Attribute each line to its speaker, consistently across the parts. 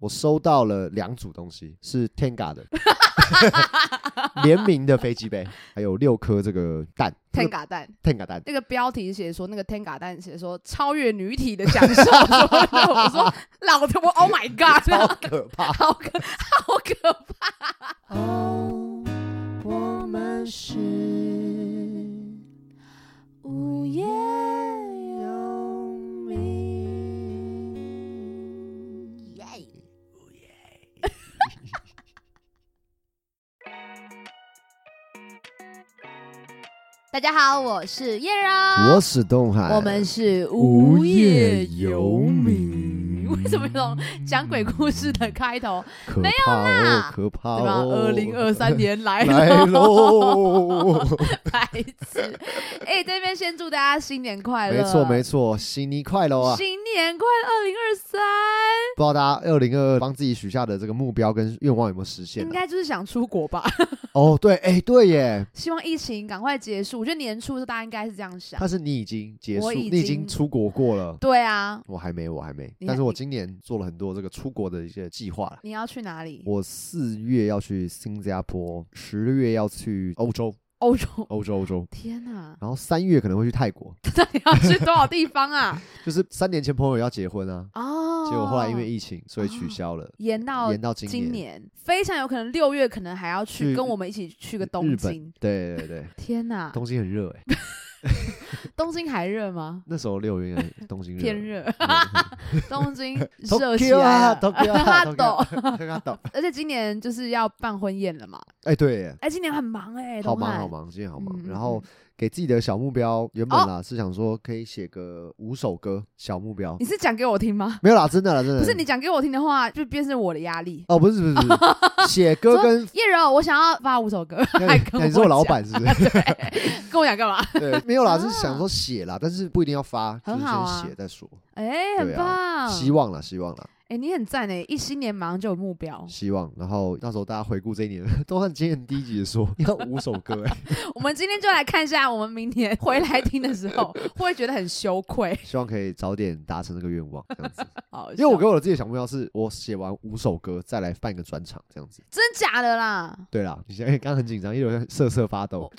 Speaker 1: 我收到了两组东西，是 Tenga 的联名的飞机杯，还有六颗这个蛋
Speaker 2: Tenga 蛋，
Speaker 1: Tenga 蛋。
Speaker 2: 那个标题写说那个 Tenga 蛋写说超越女体的享受， 什么的我说老的我 Oh my God，
Speaker 1: 超可怕！
Speaker 2: 好可好可怕！
Speaker 3: 哦，我们是无业游民。耶！
Speaker 2: 大家好，我是叶柔，
Speaker 1: 我是东海，
Speaker 2: 我们是
Speaker 1: 无
Speaker 2: 业
Speaker 1: 业游民。
Speaker 2: 为什么有种讲鬼故事的开头，
Speaker 1: 可
Speaker 2: 没
Speaker 1: 怕哦
Speaker 2: 啦，
Speaker 1: 可怕
Speaker 2: 对吧？
Speaker 1: 哦！
Speaker 2: 二零二三年来
Speaker 1: 来
Speaker 2: 了，
Speaker 1: 喽！
Speaker 2: 白 痴！哎、这边先祝大家新年快乐，
Speaker 1: 没错没错，新年快乐啊！
Speaker 2: 新年快乐，二零二三，
Speaker 1: 不知道大家二零二二帮自己许下的这个目标跟愿望有没有实现
Speaker 2: 应
Speaker 1: 啊、
Speaker 2: 该啊就是想出国吧？
Speaker 1: 哦，对，哎、对耶，
Speaker 2: 希望疫情赶快结束。我觉得年初的时候大家应该是这样想
Speaker 1: 但，是你已经结束，
Speaker 2: 我已
Speaker 1: 你已经
Speaker 2: 经
Speaker 1: 出国过了。
Speaker 2: 对啊。
Speaker 1: 我还没，我还没
Speaker 2: 你，
Speaker 1: 但
Speaker 2: 还
Speaker 1: 是我今年做了很多这个出国的一些计划了。
Speaker 2: 你要去哪里？
Speaker 1: 我四月要去新加坡，十月要去欧洲，
Speaker 2: 欧 洲？
Speaker 1: 欧洲，欧洲，
Speaker 2: 天哪！
Speaker 1: 然后三月可能会去泰国。
Speaker 2: 那你要去多少地方 啊？
Speaker 1: 就是三年前朋友要结婚啊，
Speaker 2: 哦，
Speaker 1: 结果后来因为疫情，所以取消了，
Speaker 2: 延到
Speaker 1: 延到今
Speaker 2: 今年，非常有可能六月可能还要去
Speaker 1: 去
Speaker 2: 跟我们一起去个东
Speaker 1: 日本
Speaker 2: 京。，
Speaker 1: 对对对，
Speaker 2: 天哪，
Speaker 1: 东京很热哎、
Speaker 2: 东京还热吗？
Speaker 1: 那时候六月东京热
Speaker 2: 偏热，
Speaker 1: 嗯
Speaker 2: 东京 热起
Speaker 1: Tokyo 啊
Speaker 2: 来 了。
Speaker 1: ，Tokyo 啊
Speaker 2: 抖
Speaker 1: ，Tokyo 啊抖，
Speaker 2: 而且今年就是要办婚宴了嘛，
Speaker 1: 哎，对耶，
Speaker 2: 哎，今年很忙哎，
Speaker 1: 好
Speaker 2: 东
Speaker 1: 忙
Speaker 2: 汉
Speaker 1: 好，忙，今天好忙
Speaker 2: 嗯。
Speaker 1: 然
Speaker 2: 嗯
Speaker 1: 后
Speaker 2: 嗯哦
Speaker 1: 给自己的小目标，原本啦是想说可以写个五首歌，小目标
Speaker 2: 你是讲给我听吗？
Speaker 1: 没有啦，真的啦，真的。
Speaker 2: 不是你讲给我听的话，就变成我的压力。
Speaker 1: 哦，不是不是不 是，写歌跟
Speaker 2: 叶柔，我想要发五首歌，还 跟
Speaker 1: 那你是我
Speaker 2: 我
Speaker 1: 老
Speaker 2: 讲
Speaker 1: 板是不 是？
Speaker 2: 跟我讲干嘛？
Speaker 1: 对，啊没有啦，是想说写啦，但是不一定要发，就
Speaker 2: 啊很
Speaker 1: 是
Speaker 2: 好
Speaker 1: 先
Speaker 2: 啊
Speaker 1: 写再说。
Speaker 2: 哎，很
Speaker 1: 对啊，
Speaker 2: 棒，
Speaker 1: 希望啦，希望啦，
Speaker 2: 哎，你很赞哎，一新年马上就有目标。
Speaker 1: 希望。然后到时候大家回顾这一年， 都按今年第一集 说要五首歌，哎
Speaker 2: 我们今天就来看一下，我们明年回来听的时 候会不会觉得很羞愧？
Speaker 1: 希望可以早点达成这个愿望，这样 子。
Speaker 2: 好笑，
Speaker 1: 因为我给我自己的小目标是，我写完五首歌再来办一个专场这样子。
Speaker 2: 真假的啦，
Speaker 1: 对啦，你现在刚刚很紧张，一直瑟瑟发抖。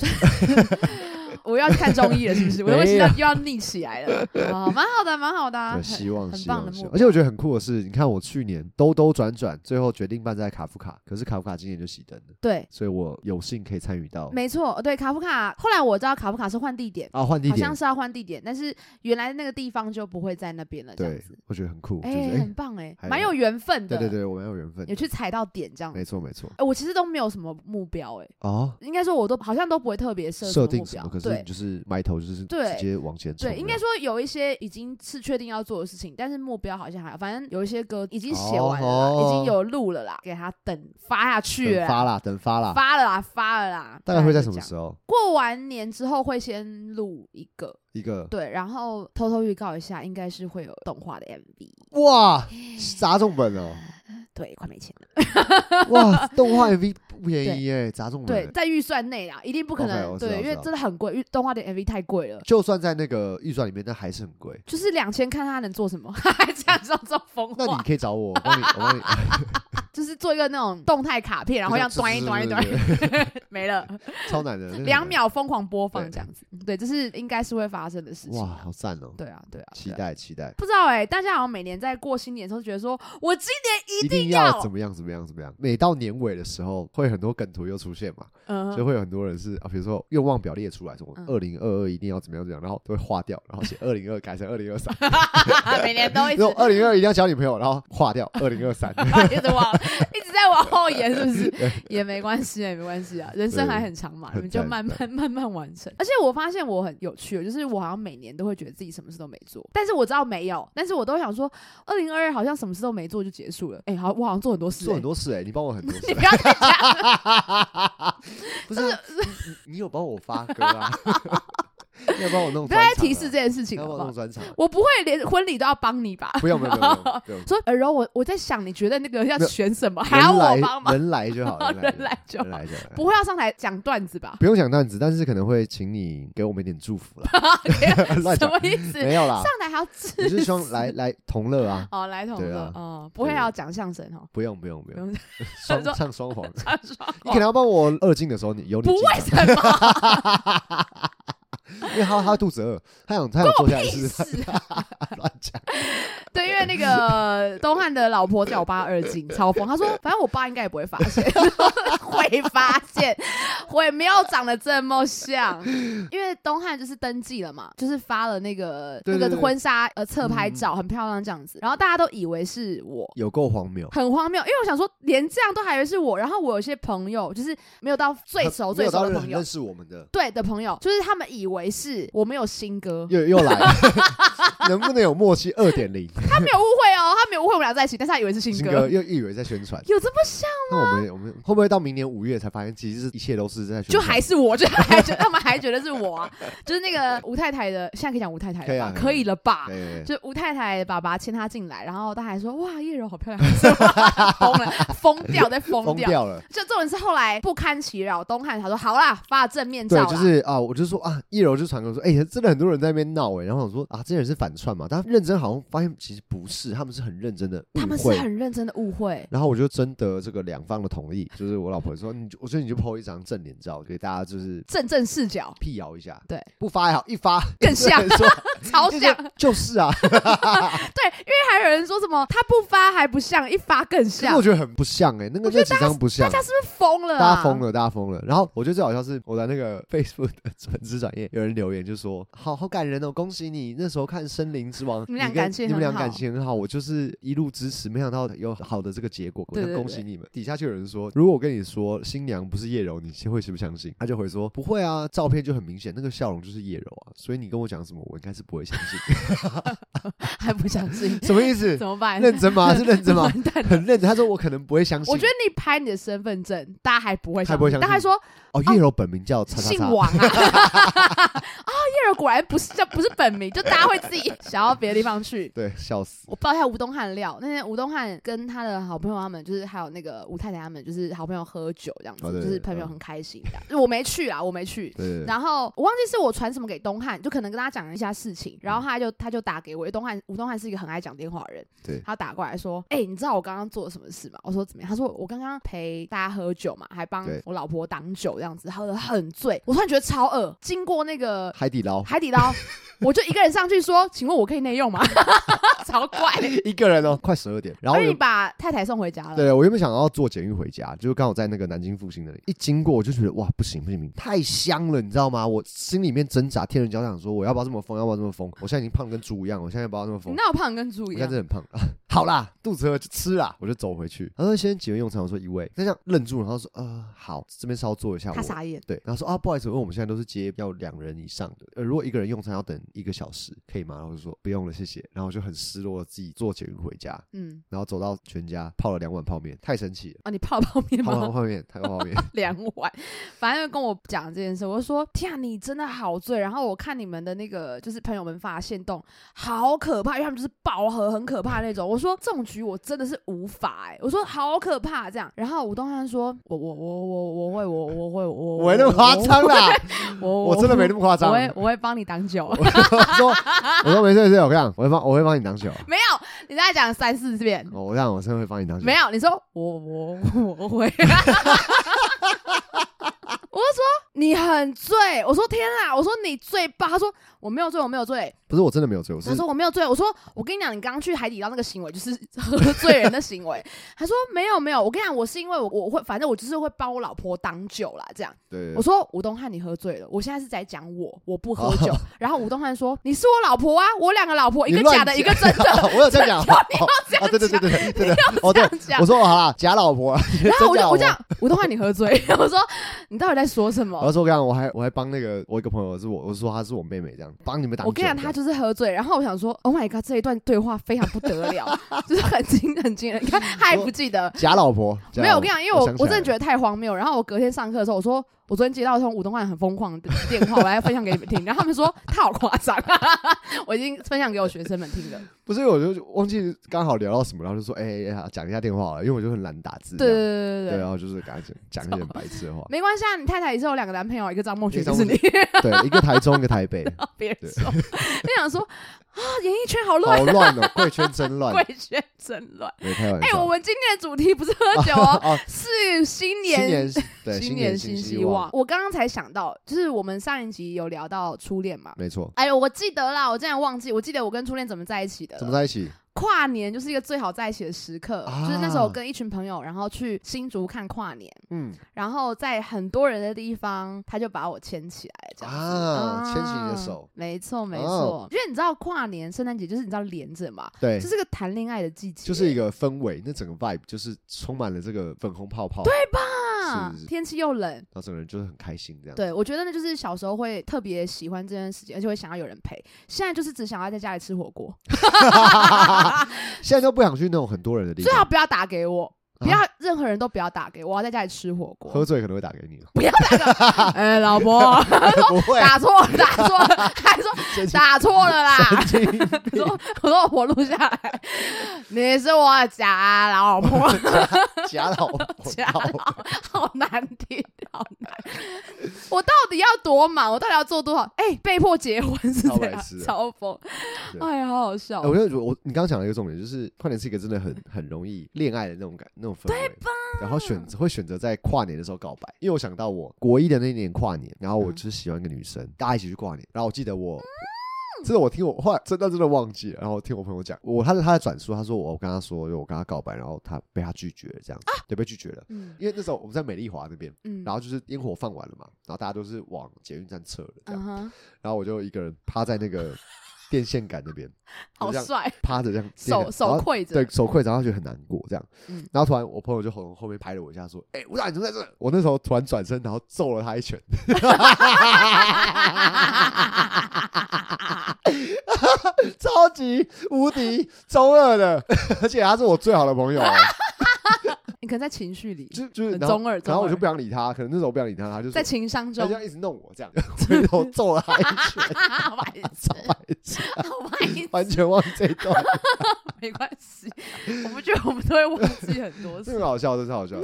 Speaker 2: 我要去看中医了，是不是？我
Speaker 1: 没有
Speaker 2: 又要又要腻起来了，啊，蛮好的，蛮好的啊，
Speaker 1: 对，
Speaker 2: 很
Speaker 1: 希望，
Speaker 2: 很
Speaker 1: 希
Speaker 2: 棒的
Speaker 1: 望，希
Speaker 2: 目
Speaker 1: 望。
Speaker 2: 标。
Speaker 1: 而且我觉得很酷的是，你看我去年兜兜转转，最后决定办在卡夫卡，可是卡夫卡今年就熄灯了，
Speaker 2: 对，
Speaker 1: 所以我有幸可以参与到
Speaker 2: 没错，对卡夫卡。后来我知道卡夫卡是换地点，
Speaker 1: 啊换地
Speaker 2: 好
Speaker 1: 点
Speaker 2: 像，是要换地点，但是原来那个地方就不会在那边了，这样
Speaker 1: 对
Speaker 2: 子。，
Speaker 1: 我觉得很酷，就是
Speaker 2: 哎，
Speaker 1: 哎
Speaker 2: 很，棒哎，
Speaker 1: 还
Speaker 2: 蛮有缘分的。
Speaker 1: 对对，对，我蛮有缘分
Speaker 2: 有，去踩到点这样。
Speaker 1: 没错没错。
Speaker 2: 哎，我其实都没有什么目标哎，
Speaker 1: 哦，
Speaker 2: 应该说我都好像都不会特别设
Speaker 1: 设
Speaker 2: 么
Speaker 1: 定
Speaker 2: 目
Speaker 1: 什
Speaker 2: 标
Speaker 1: 么？可，是
Speaker 2: 对
Speaker 1: 你。就是埋头就是
Speaker 2: 对
Speaker 1: 直接往前冲这
Speaker 2: 对，
Speaker 1: 样。
Speaker 2: 应该说有一些已经是确定要做的事情，但是目标好像还，反正有一些歌已经写完了啦，
Speaker 1: 哦
Speaker 2: 已经有录了啦，给他等发下
Speaker 1: 等
Speaker 2: 去了
Speaker 1: 发
Speaker 2: 啦，
Speaker 1: 啦，等发啦，
Speaker 2: 发了啦，发了啦。
Speaker 1: 大概会在什
Speaker 2: 就
Speaker 1: 么
Speaker 2: 这样
Speaker 1: 时候？
Speaker 2: 过完年之后会先录一个，
Speaker 1: 一个
Speaker 2: 对，然后偷偷预告一下，应该是会有动画的 MV。
Speaker 1: 哇，砸中本哦！
Speaker 2: 对，快没钱了。
Speaker 1: 哇，动画 MV 不便宜耶，砸中本
Speaker 2: 对，
Speaker 1: 耶。
Speaker 2: 在预算内啦，一定不可
Speaker 1: OK，
Speaker 2: 能。
Speaker 1: 我知道
Speaker 2: 对，
Speaker 1: 我
Speaker 2: 因
Speaker 1: 知
Speaker 2: 为
Speaker 1: 道
Speaker 2: 真的很贵，预动画的 MV 太贵了。
Speaker 1: 就算在那个预算里面，那还是很贵。
Speaker 2: 就是两千，看他能做什么， 还这样说这种疯
Speaker 1: 那你
Speaker 2: 话，
Speaker 1: 可以找我，我帮你，我帮你，
Speaker 2: 就是做一个那种动态卡 片，然后
Speaker 1: 就
Speaker 2: 要
Speaker 1: 这
Speaker 2: 端
Speaker 1: 样
Speaker 2: 一端一端，
Speaker 1: 对对对对
Speaker 2: 没了。
Speaker 1: 超难的，那 个很
Speaker 2: 两
Speaker 1: 难。
Speaker 2: 秒疯狂播放
Speaker 1: 对
Speaker 2: 这样子，对，这是应该是会发生的事情
Speaker 1: 哇，
Speaker 2: 啊。
Speaker 1: 好赞哦！
Speaker 2: 对啊，对啊，
Speaker 1: 期
Speaker 2: 对啊。
Speaker 1: 待期待，
Speaker 2: 不知道哎、大家好像每年在过新年的时候，觉得说我今年一
Speaker 1: 一
Speaker 2: 定
Speaker 1: 定要怎么样怎么样怎么样。每到年尾的时候，会很多梗图又出现嘛，
Speaker 2: 嗯
Speaker 1: 就会有很多人是啊，比如说愿望表列出来，说
Speaker 2: 嗯
Speaker 1: 二零二二一定要怎么样怎么样，然后都会划掉，然后写二零二改成二零二 三，
Speaker 2: 每年 都一直
Speaker 1: 说二零二一定要交女朋友，然后划掉二零二 三。
Speaker 2: 一直往一直在往后延，是不是？也没关系，也没关系啊，人生还很长嘛，
Speaker 1: 对
Speaker 2: 你们就
Speaker 1: 很
Speaker 2: 慢
Speaker 1: 赞
Speaker 2: 慢慢慢完成。而且我发现我很有趣，哦就是我好像每年都会觉得自己什么事都没做，但是我知道没有，但是我都想说，二零二二好像什么事都没做就结束了。哎、好，我好像做很多事、
Speaker 1: 做很
Speaker 2: 哎
Speaker 1: 多事哎、你帮我很多事、
Speaker 2: 你不要再讲，
Speaker 1: 不是啊、你你你有帮我发歌啊？要帮我弄
Speaker 2: 不
Speaker 1: 专
Speaker 2: 要
Speaker 1: 场啊，
Speaker 2: 再提示这件事情
Speaker 1: 要
Speaker 2: 了
Speaker 1: 帮我弄
Speaker 2: 好不好？
Speaker 1: 专场，
Speaker 2: 我不会连婚礼都要帮你吧？
Speaker 1: 不用不用不用不用不用，
Speaker 2: 所以，呃然后我我在想，你觉得那个要
Speaker 1: 没有
Speaker 2: 选什么？还要
Speaker 1: 人
Speaker 2: 我
Speaker 1: 来
Speaker 2: 帮忙？
Speaker 1: 人来 就好，
Speaker 2: 人
Speaker 1: 来
Speaker 2: 来就
Speaker 1: 人
Speaker 2: 好，
Speaker 1: 来就好。
Speaker 2: 不会要上台讲段 子吧？
Speaker 1: 不用讲段子，但是可能会请你给我们一点祝福啦。乱
Speaker 2: 什
Speaker 1: 讲
Speaker 2: 么意思？
Speaker 1: 没有啦
Speaker 2: 上，台还要致
Speaker 1: 我是希望
Speaker 2: 辞
Speaker 1: 来来同乐啊，
Speaker 2: 哦，来同
Speaker 1: 对
Speaker 2: 乐
Speaker 1: 啊
Speaker 2: 哦，不会还要讲相声哦，
Speaker 1: 不用不用不
Speaker 2: 不
Speaker 1: 用
Speaker 2: 用，
Speaker 1: 双
Speaker 2: 说
Speaker 1: 唱双 簧，你
Speaker 2: 他说
Speaker 1: 可能要帮我二进的时候，你有你
Speaker 2: 不
Speaker 1: 进
Speaker 2: 为
Speaker 1: 啊，
Speaker 2: 什么
Speaker 1: 因为他他肚子饿，他想他想坐下来
Speaker 2: 屁
Speaker 1: 吃，
Speaker 2: 事啊？
Speaker 1: 乱讲，
Speaker 2: 对，因为那个东汉的老婆叫我爸二进超疯，他 说反正我爸应该也不会发现，会发现我也没有长得这么像，因为东汉就是登记了嘛，就是发了那个
Speaker 1: 对对
Speaker 2: 那个
Speaker 1: 对
Speaker 2: 婚纱呃侧拍
Speaker 1: 嗯
Speaker 2: 照，很漂亮这样子，然后大家都以为是我，
Speaker 1: 有够荒谬。
Speaker 2: 很荒谬，因为我想说，连这样都还以为是我。然后我有些朋友就是没有到最熟
Speaker 1: 他
Speaker 2: 最熟
Speaker 1: 没有
Speaker 2: 的
Speaker 1: 到
Speaker 2: 朋
Speaker 1: 很
Speaker 2: 友
Speaker 1: 认，识我们的，
Speaker 2: 对的朋友，就是他们以为是我没有新歌，
Speaker 1: 又又 来，了，能不能有默契二点零？
Speaker 2: 他没有误会哦，他没有误会我们俩在一起，但是他以为是新
Speaker 1: 新
Speaker 2: 歌，
Speaker 1: 歌又以为在宣传，
Speaker 2: 有这么像？
Speaker 1: 那我们我们会不会到明年五月才发现，其实是一切都是在宣传？
Speaker 2: 就还是我，就还觉得 他们还觉得是我、啊，就是那个吴太太的，现在可以讲吴太太了吧？
Speaker 1: 可以啊可以
Speaker 2: 可以了吧？
Speaker 1: 对对对
Speaker 2: 就吴太太爸爸牵她进来，然后他还说：“哇，叶柔好漂亮！”啊 疯了，疯掉，再疯
Speaker 1: 疯
Speaker 2: 掉。
Speaker 1: 掉了。
Speaker 2: 就这种是后来不堪其扰，东汉他说：“好啦，发正面
Speaker 1: 对
Speaker 2: 照啦。，
Speaker 1: 就是啊，我就说啊，一柔就传给我说，哎、真的很多人在那边闹哎，然后我想说啊，这些人是反串嘛，但认真好像发现其实不是，他们是很认真的
Speaker 2: 他们
Speaker 1: 误
Speaker 2: 是
Speaker 1: 会。
Speaker 2: 很认真的误会。
Speaker 1: 然后我就征得这个两方的同意，就是我老婆说，你就我觉得你就 PO 一张正脸照给大家就是
Speaker 2: 正正视角
Speaker 1: 辟谣一下，
Speaker 2: 对，
Speaker 1: 不发也好，一发
Speaker 2: 更像
Speaker 1: 说
Speaker 2: 超像，
Speaker 1: 就是就是啊，
Speaker 2: 对，因为还有人说什么他不发还不像，一发更
Speaker 1: 可是
Speaker 2: 像
Speaker 1: 我，觉得很不像哎、那个
Speaker 2: 我觉
Speaker 1: 那
Speaker 2: 得
Speaker 1: 几张不像
Speaker 2: 大。家是不是疯了、啊？
Speaker 1: 大家疯，了，大家疯了。然后我觉得最好笑是我的那个 Facebook 的粉丝专业有人留言就说：“好好感人哦，恭喜你那时候看《森林之王》，
Speaker 2: 你们俩
Speaker 1: 跟
Speaker 2: 感情
Speaker 1: 你们俩
Speaker 2: 很好
Speaker 1: 感情很好，我就是一路支持，没想到有好的这个结果，我
Speaker 2: 对对
Speaker 1: 恭喜你们。”底下就有人说：“如果我跟你说新娘不是叶柔，你会信不相信？”他就回说：“不会啊，照片就很明显，那个笑容就是叶柔啊，所以你跟我讲什么，我应该是不会相信。 ，
Speaker 2: 还不相信
Speaker 1: 什么意思？
Speaker 2: 怎么办？
Speaker 1: 认真吗？是认真吗？
Speaker 2: 完蛋了！
Speaker 1: 很认真。他说我可能不会相信。
Speaker 2: 我觉得你拍你的身份证，大家还不会
Speaker 1: 还不会相信
Speaker 2: 大家还说
Speaker 1: 哦，叶柔本名叫叉叉
Speaker 2: 姓
Speaker 1: 叉。”
Speaker 2: 王啊。啊， 哦叶儿果然不是叫不是本名，就大家会自己想到别的地方去。
Speaker 1: 对，笑死。
Speaker 2: 我爆一下吴东汉的料，那天吴东汉跟他的好朋友他们，就是还有那个吴太太他们，就是好朋友喝酒这样子，
Speaker 1: 哦对
Speaker 2: 就是朋友很开心这样。我没去啊，我没去，
Speaker 1: 对对对。
Speaker 2: 然后我忘记是我传什么给东汉，就可能跟他讲了一下事情，然
Speaker 1: 嗯
Speaker 2: 后他就他就打给我，因为东汉吴东汉是一个很爱讲电话的人，
Speaker 1: 对
Speaker 2: 他打过来说，哎、你知道我刚刚做了什么事吗？我说怎么样？他说我刚刚陪大家喝酒嘛，还帮
Speaker 1: 对
Speaker 2: 我老婆挡酒这样子，喝的很醉，我突然觉得超饿，经过那个
Speaker 1: 海底捞，
Speaker 2: 海底捞，我就一个人上去说，请问我可以内用吗？ 超怪，
Speaker 1: 一个人哦，快十二点。然后
Speaker 2: 而你
Speaker 1: 原
Speaker 2: 把太太送回家了。
Speaker 1: 对，我原本想要坐捷运回家，就是刚好在那个南京复兴那里，一经过我就觉得哇，不行不行，不行太香了，你知道吗？我心里面挣扎，天人交战，说我要不要这么疯，要不要这么疯？我现在已经胖得跟猪一样，我现在不要这么
Speaker 2: 你
Speaker 1: 疯。
Speaker 2: 那我胖得跟猪
Speaker 1: 我现
Speaker 2: 一
Speaker 1: 在
Speaker 2: 样
Speaker 1: 真，的很胖、 啊，好啦，肚子饿就吃啦，我就走回去。他说先几人用餐，我说一位，他这样愣住，然后说呃好，这边稍坐一下我。
Speaker 2: 他傻眼。
Speaker 1: 对，然后说啊，不好意思，因为我们现在都是接要两人以上的，呃，如果一个人用餐要等一个小时，可以吗？然后我就说不用了，谢谢。然后我就很失落的自己坐捷运回家，
Speaker 2: 嗯，
Speaker 1: 然后走到全家泡了两碗泡面，太神奇了，
Speaker 2: 啊，你泡泡面
Speaker 1: 泡
Speaker 2: 吗
Speaker 1: 泡？泡面，太泡 面，
Speaker 2: 两碗，反正就跟我讲这件事，我就说天啊，你真的好醉。然后我看你们的那个就是朋友们发现动，好可怕，因为他们就是饱和，很可怕那种。我说这种局我真的是无法哎、我说好可怕这样。然后吴东汉说，我我我我我会我我会我
Speaker 1: 我没那么夸张，啦，
Speaker 2: 我我
Speaker 1: 我真的没那么夸张。
Speaker 2: 我
Speaker 1: 我
Speaker 2: 会我会帮你挡酒。
Speaker 1: 说，我说没事没事，我跟你讲，我会帮，我会帮你挡酒，
Speaker 2: 没有，你再讲三四遍，
Speaker 1: 哦我让我真的会帮你挡酒
Speaker 2: 没。有，你说我我我会。我 就说你很醉，我说天啊，我说你醉吧，他说我没有醉，我没有醉，
Speaker 1: 不是我真的没有醉，我是
Speaker 2: 他说我没有醉，我说我跟你讲，你刚刚去海底捞那个行为就是喝醉人的行为，他说没有没有，我跟你讲，我是因为我我会，反正我就是会帮我老婆挡酒啦，这样，
Speaker 1: 对
Speaker 2: 我，说吴东汉你喝醉了，我现在是在讲我，我不喝酒，然后吴东汉说你是我老婆啊，我两个老婆，一
Speaker 1: 你
Speaker 2: 个
Speaker 1: 乱
Speaker 2: 假的，一个真 的，
Speaker 1: 我有这样讲啊，
Speaker 2: 这
Speaker 1: 哦
Speaker 2: 样
Speaker 1: 对对对对对对对，哦
Speaker 2: 这
Speaker 1: 对
Speaker 2: 样，讲
Speaker 1: 我。说哦好啦，假老婆，
Speaker 2: 然后 我
Speaker 1: 真假哦
Speaker 2: 就
Speaker 1: 老
Speaker 2: 我
Speaker 1: 婆
Speaker 2: 这样，吴东汉你喝醉，我说你到底在说什
Speaker 1: 我
Speaker 2: 么？
Speaker 1: 说我跟你讲，我还我还帮那个我一个朋友是我，我说她是我妹妹这样，帮你们挡酒。
Speaker 2: 我跟你讲，
Speaker 1: 这
Speaker 2: 他
Speaker 1: 样
Speaker 2: 就是喝醉。然后我想说，Oh my god，这一段对话非常不得了， 就是很惊很惊人。你看，他还不记得。
Speaker 1: 假老婆，假
Speaker 2: 没有，
Speaker 1: 老
Speaker 2: 我
Speaker 1: 婆
Speaker 2: 跟你讲，因为我
Speaker 1: 想起
Speaker 2: 我真
Speaker 1: 来
Speaker 2: 的觉
Speaker 1: 了
Speaker 2: 得太荒谬。然后我隔天上课的时候，我说我昨天接到一通武东汉很疯狂的电话，我来分享给你们听。然后他们说他好夸张，啊 我已经分享给我学生们听了。
Speaker 1: 不是，我就忘记刚好聊到什么，然后就说，哎、哎哎讲一下电话好了，因为我就很懒打字这
Speaker 2: 对对
Speaker 1: 样，
Speaker 2: 对对，
Speaker 1: 对，然啊后就是赶紧讲一点白痴的话
Speaker 2: 没关系啊，你太太也是有两个男朋友，一个张梦
Speaker 1: 一
Speaker 2: 雪，
Speaker 1: 个
Speaker 2: 就
Speaker 1: 张
Speaker 2: 是
Speaker 1: 梦
Speaker 2: 你，
Speaker 1: 对，一个台中，一个台北，
Speaker 2: 别人说，就想说啊，演艺圈好乱，
Speaker 1: 好乱哦，贵圈真乱，
Speaker 2: 贵圈真乱。
Speaker 1: 没开玩
Speaker 2: 哎、
Speaker 1: 笑
Speaker 2: 我。们今天的主题不是喝酒 哦，
Speaker 1: 哦，
Speaker 2: 是新
Speaker 1: 新
Speaker 2: 年。
Speaker 1: 年对
Speaker 2: 新
Speaker 1: 年
Speaker 2: 新
Speaker 1: 希
Speaker 2: 希望，，我刚刚才想到，就是我们上一集有聊到初恋嘛。
Speaker 1: 没错。
Speaker 2: 哎呦，我记得啦，我竟然忘记，我记得我跟初恋怎么在一起的了。
Speaker 1: 怎么在一起？
Speaker 2: 跨年就是一个最好在一起的时刻，
Speaker 1: 啊
Speaker 2: 就是那时候跟一群朋友，然后去新竹看跨年，
Speaker 1: 嗯
Speaker 2: 然后在很多人的地方，他就把我牵起来，这样子。
Speaker 1: 啊，牵起你的手，
Speaker 2: 没错没错
Speaker 1: 哦，
Speaker 2: 因为你知道跨年、圣诞节就是你知道连着嘛，
Speaker 1: 对
Speaker 2: 这，是个谈恋爱的季节，
Speaker 1: 就是一个氛围，那整个 vibe 就是充满了这个粉红泡泡，对吧？
Speaker 2: 啊
Speaker 1: 是是，是
Speaker 2: 天气又冷，
Speaker 1: 然后整个人就是很开心这样。
Speaker 2: 对我觉得那就是小时候会特别喜欢这件事情，而且会想要有人陪。现在就是只想要在家里吃火锅，
Speaker 1: 现在都不想去那种很多人的地
Speaker 2: 最好
Speaker 1: 方，
Speaker 2: 不要打给我，
Speaker 1: 啊
Speaker 2: 不要任何人都不要打给我，我要在家里吃火锅。
Speaker 1: 喝醉可能会打给 你，
Speaker 2: 不要打个， 哎、老婆，
Speaker 1: 不会，
Speaker 2: 打错了，打错了，还说
Speaker 1: 神经
Speaker 2: 打错了啦。
Speaker 1: 神经病
Speaker 2: 我说，我说我录下来，你是我假老婆，
Speaker 1: 假老婆
Speaker 2: 假老婆，好难听，好难。我到底要多忙？我到底要做多少？哎、被迫结婚是
Speaker 1: 超
Speaker 2: 这
Speaker 1: 白
Speaker 2: 样
Speaker 1: 痴，的
Speaker 2: 超疯，
Speaker 1: 啊对
Speaker 2: 哎呀，好好笑
Speaker 1: 哎。我觉得我你刚刚讲了一个重点，就是跨年是一个真的很很容易恋爱的那种感那种氛围，然后选择会选择在跨年的时候告白，因为我想到我国一的那一年跨年，然后我
Speaker 2: 嗯
Speaker 1: 就是喜欢一个女生，大家一起去跨年，然后我记得我。真的，我听我后来真的真的忘记了，然后我听我朋友讲，我他的他的转述，他说我我跟他说，就我跟他告白，然后他被他拒绝了，这样子，对，被拒绝了，
Speaker 2: 嗯
Speaker 1: 因为那时候我们在美丽华那边，
Speaker 2: 嗯
Speaker 1: 然后就是烟火放完了嘛，然后大家都是往捷运站撤了，这样
Speaker 2: 嗯，哼，
Speaker 1: 然后我就一个人趴在那个电线杆那边，
Speaker 2: 好
Speaker 1: 就这样
Speaker 2: 帅，
Speaker 1: 趴着这样，
Speaker 2: 手
Speaker 1: 然
Speaker 2: 手
Speaker 1: 后
Speaker 2: 跪着，
Speaker 1: 对手跪着，然后觉得很难过这样。
Speaker 2: 嗯
Speaker 1: 然后突然我朋友就从后面拍了我一下，说：“哎、吴大你怎么在这？”我那时候突然转身，然后揍了他一拳。 超级无敌中二的，而且他是我最好的朋友、 哦，
Speaker 2: 你可能在情绪里，
Speaker 1: 就就是
Speaker 2: 很
Speaker 1: 然后
Speaker 2: 中二中
Speaker 1: 然后我
Speaker 2: 二
Speaker 1: 就不想理他，可能那时候不想理他，他就
Speaker 2: 在
Speaker 1: 说
Speaker 2: 情商
Speaker 1: 他
Speaker 2: 中
Speaker 1: 就，一直弄我这样， 回头揍了他一 拳，
Speaker 2: 好白 痴，
Speaker 1: 超白痴，
Speaker 2: 好白痴，
Speaker 1: 完全忘记这一 段，
Speaker 2: 没关系，我不觉得我们都会忘记很 多
Speaker 1: 这很
Speaker 2: 事，
Speaker 1: 好笑，真是好笑。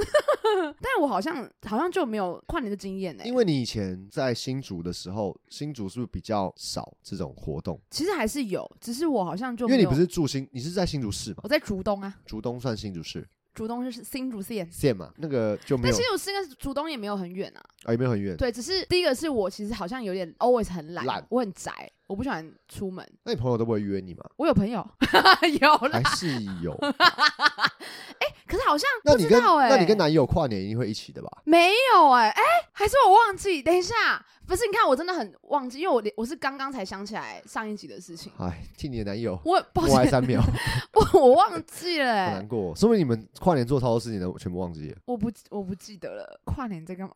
Speaker 2: 但我好像好像就没有跨年的经验呢、欸
Speaker 1: 因为你以前在新竹的时候，新竹是不是比较少这种活动？
Speaker 2: 其实还是有，只是我好像就
Speaker 1: 因
Speaker 2: 没
Speaker 1: 为
Speaker 2: 有
Speaker 1: 你不是住新，你是在新竹市嘛
Speaker 2: 我？在竹东啊，
Speaker 1: 竹东算新竹市
Speaker 2: 竹东就是新竹县。
Speaker 1: 县嘛？那个就没
Speaker 2: 嗯但
Speaker 1: 有
Speaker 2: 新竹市跟竹东也没有很远啊，
Speaker 1: 啊，也没有很远。
Speaker 2: 对，只是第一个是我其实好像有点 always 很懒，
Speaker 1: 懒
Speaker 2: 我很宅，我不喜欢出门。
Speaker 1: 那你朋友都不会约你 吗？
Speaker 2: 我有朋友有啦
Speaker 1: 还，是有？
Speaker 2: 可是好像
Speaker 1: 那
Speaker 2: 不
Speaker 1: 你
Speaker 2: 知
Speaker 1: 跟
Speaker 2: 道哎、
Speaker 1: 那你跟男友跨年一定会一起的吧？
Speaker 2: 没有哎、哎、还是我忘记。等一下，不是你看我真的很忘记，因为我连我是刚刚才想起来上一集的事情，
Speaker 1: 哎，替你的男友
Speaker 2: 我抱
Speaker 1: 默哀
Speaker 2: 歉，
Speaker 1: 三秒，好
Speaker 2: 我我忘记了、哎
Speaker 1: 难过哦。说明你们跨年做超多事情的，我全部忘记 了。
Speaker 2: 我不我不记得了。跨年在干嘛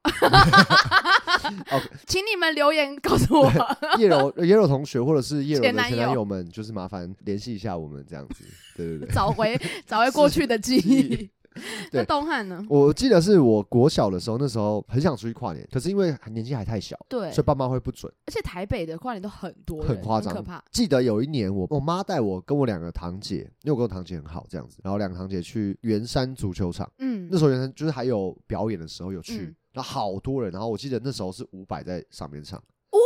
Speaker 1: OK
Speaker 2: 请你们留言告诉我。
Speaker 1: 叶柔呃叶柔同学或者是叶柔的
Speaker 2: 前男
Speaker 1: 前男
Speaker 2: 友
Speaker 1: 友们，就是麻烦联系一下我们这样子。对对对。
Speaker 2: 找回找回过去的记忆。
Speaker 1: 对
Speaker 2: 那东汉呢？
Speaker 1: 我记得是我国小的时候，那时候很想出去跨年，可是因为年纪还太小，
Speaker 2: 对，
Speaker 1: 所以爸妈会不准。
Speaker 2: 而且台北的跨年都很多人，
Speaker 1: 很夸张
Speaker 2: 可怕。
Speaker 1: 记得有一年我，我妈带我跟我两个堂姐，因为我跟我堂姐很好这样子，然后两个堂姐去圆山足球场，
Speaker 2: 嗯
Speaker 1: 那，时候圆山就是还有表演的时候有去，
Speaker 2: 嗯
Speaker 1: 然后好多人，然后我记得那时候是伍佰在上面唱，
Speaker 2: 500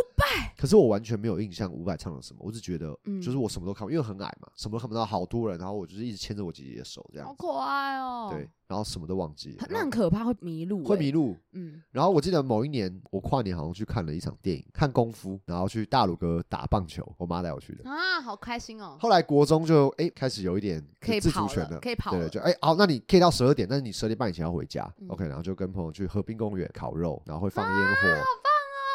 Speaker 1: 可是我完全没有印象伍佰唱了什么，我只觉得
Speaker 2: 嗯
Speaker 1: 就是我什么都看不，因为很矮嘛，什么都看不到，好多人，然后我就是一直牵着我姐姐的手这
Speaker 2: 好
Speaker 1: 样，
Speaker 2: 可爱哦。
Speaker 1: 对，，然后什么都忘记了，
Speaker 2: 那
Speaker 1: 然
Speaker 2: 很
Speaker 1: 后
Speaker 2: 可怕，会迷路、
Speaker 1: 会迷
Speaker 2: 路。
Speaker 1: 路，
Speaker 2: 嗯，
Speaker 1: 然后我记得某一年我跨年好像去看了一场电影，看功夫，然后去大鲁阁打棒球，我妈带我去的。
Speaker 2: 啊，好开心哦，
Speaker 1: 后来国中就哎开始有一点
Speaker 2: 可以
Speaker 1: 自主
Speaker 2: 跑
Speaker 1: 权
Speaker 2: 了，可以跑
Speaker 1: 对
Speaker 2: 了
Speaker 1: 对，。就哎好，那你可以到十二点，但是你十二点半以前要回家、
Speaker 2: 嗯啊
Speaker 1: o k 然后就跟朋友去河滨公园烤肉，然后会放烟火，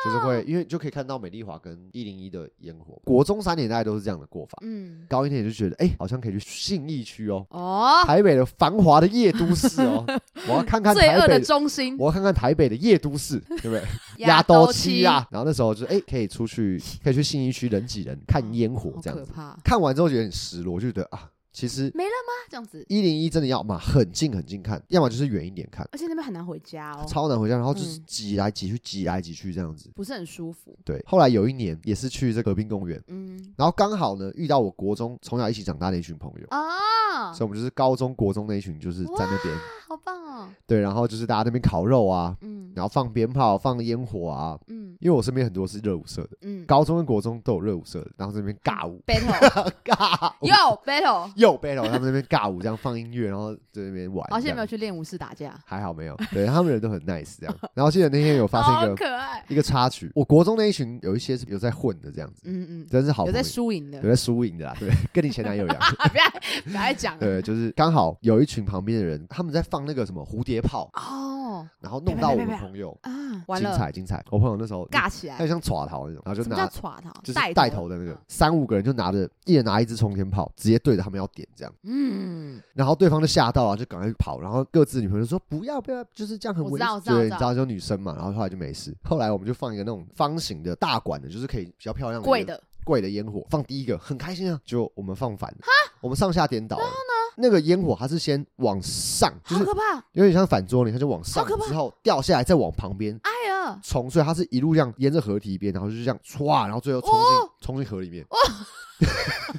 Speaker 1: 就是会因为就可以看到美丽华跟一零一的烟火。国中三年大概都是这样的过法，
Speaker 2: 嗯，
Speaker 1: 高一点就觉得哎、好像可以去信义区哦，
Speaker 2: 哦，
Speaker 1: 台北的繁华的夜都市 哦，我要看看
Speaker 2: 罪恶
Speaker 1: 台
Speaker 2: 的
Speaker 1: 北
Speaker 2: 中心，
Speaker 1: 我要看看台北的夜都市， 对不对？
Speaker 2: 亚
Speaker 1: 都
Speaker 2: 七
Speaker 1: 啊，，然后那时候就哎、可以出去，可以去信义区人挤人看烟火
Speaker 2: 好
Speaker 1: 这样
Speaker 2: 可
Speaker 1: 子。
Speaker 2: 怕。
Speaker 1: 看完之后有点失落，就觉得啊，其实
Speaker 2: 没了吗？这样子，
Speaker 1: 一零一真的要嘛很近很近看，要么就是远一点看，
Speaker 2: 而且那边很难回家哦，
Speaker 1: 超难回家，然后就是
Speaker 2: 嗯
Speaker 1: 挤来挤去，挤来挤去这样子。
Speaker 2: 不是很舒服。
Speaker 1: 对，后来有一年也是去这河滨公园，
Speaker 2: 嗯
Speaker 1: 然后刚好呢遇到我国中从小一起长大的一群朋友，
Speaker 2: 啊，
Speaker 1: 所以我们就是高中国中那一群就是在那边，
Speaker 2: 好棒哦。
Speaker 1: 对，然后就是大家那边烤肉啊，
Speaker 2: 嗯
Speaker 1: 然后放鞭炮、放烟火啊，
Speaker 2: 嗯
Speaker 1: 因为我身边很多是热舞社的，
Speaker 2: 嗯
Speaker 1: 高中跟国中都有热舞社的，然后这边尬 舞
Speaker 2: ，battle
Speaker 1: 尬舞
Speaker 2: 有 battle，
Speaker 1: 又 battle，他们那边尬舞这样放音乐，然后在那边玩，
Speaker 2: 而且有没有
Speaker 1: 这样
Speaker 2: 去练武室打架，
Speaker 1: 还好没 有，对他们人都很 nice 这样。然后记得那天有发生
Speaker 2: 好
Speaker 1: 一个
Speaker 2: 可爱。
Speaker 1: 一个插曲，我国中那一群有一些是有在混的这样子，
Speaker 2: 嗯嗯，
Speaker 1: 真是好
Speaker 2: 有
Speaker 1: 朋友
Speaker 2: 在输赢的
Speaker 1: 有，在输赢的啦，对， 跟你前男友一 样，
Speaker 2: 啊，不要 不要再讲了。
Speaker 1: 对，就是刚好有一群旁边的人他们在放那个什么蝴蝶炮，
Speaker 2: 哦
Speaker 1: 然后弄到我
Speaker 2: 啪
Speaker 1: 们
Speaker 2: 啪啪啪
Speaker 1: 朋友，
Speaker 2: 啊，完
Speaker 1: 精
Speaker 2: 了，
Speaker 1: 彩精彩，我朋友那时候
Speaker 2: 尬起
Speaker 1: 他就
Speaker 2: 来。
Speaker 1: 像耍桃那种，然后就
Speaker 2: 什么
Speaker 1: 拿
Speaker 2: 叫耍逃？
Speaker 1: 就是带头的那个，三五个人就拿着，一人拿一支冲天炮，直接对着他们要点这样，
Speaker 2: 嗯，
Speaker 1: 然后对方就吓到了，啊就赶快跑，然后各自女朋友就说不要不要，就是这样很
Speaker 2: 我
Speaker 1: 危
Speaker 2: 知道我
Speaker 1: 险，
Speaker 2: 知道
Speaker 1: 对，
Speaker 2: 我
Speaker 1: 你
Speaker 2: 知道
Speaker 1: 知道就女生嘛，然后后来就没事。后来我们就放一个那种方形的大管的，就是可以比较漂亮
Speaker 2: 贵
Speaker 1: 的
Speaker 2: 的
Speaker 1: 烟贵的烟火，放第一个很开心啊，就我们放反了，我们上下颠倒了。那个烟火它是先往上，就
Speaker 2: 好
Speaker 1: 是
Speaker 2: 可怕，
Speaker 1: 有点像反桌你它就往上
Speaker 2: 啊好可怕
Speaker 1: 之后掉下来，再往旁边
Speaker 2: 哎呀，
Speaker 1: 冲，所以它是一路这样沿着河堤边，然后就是这样歘，然后最后冲进、
Speaker 2: 哦
Speaker 1: 冲进河里面，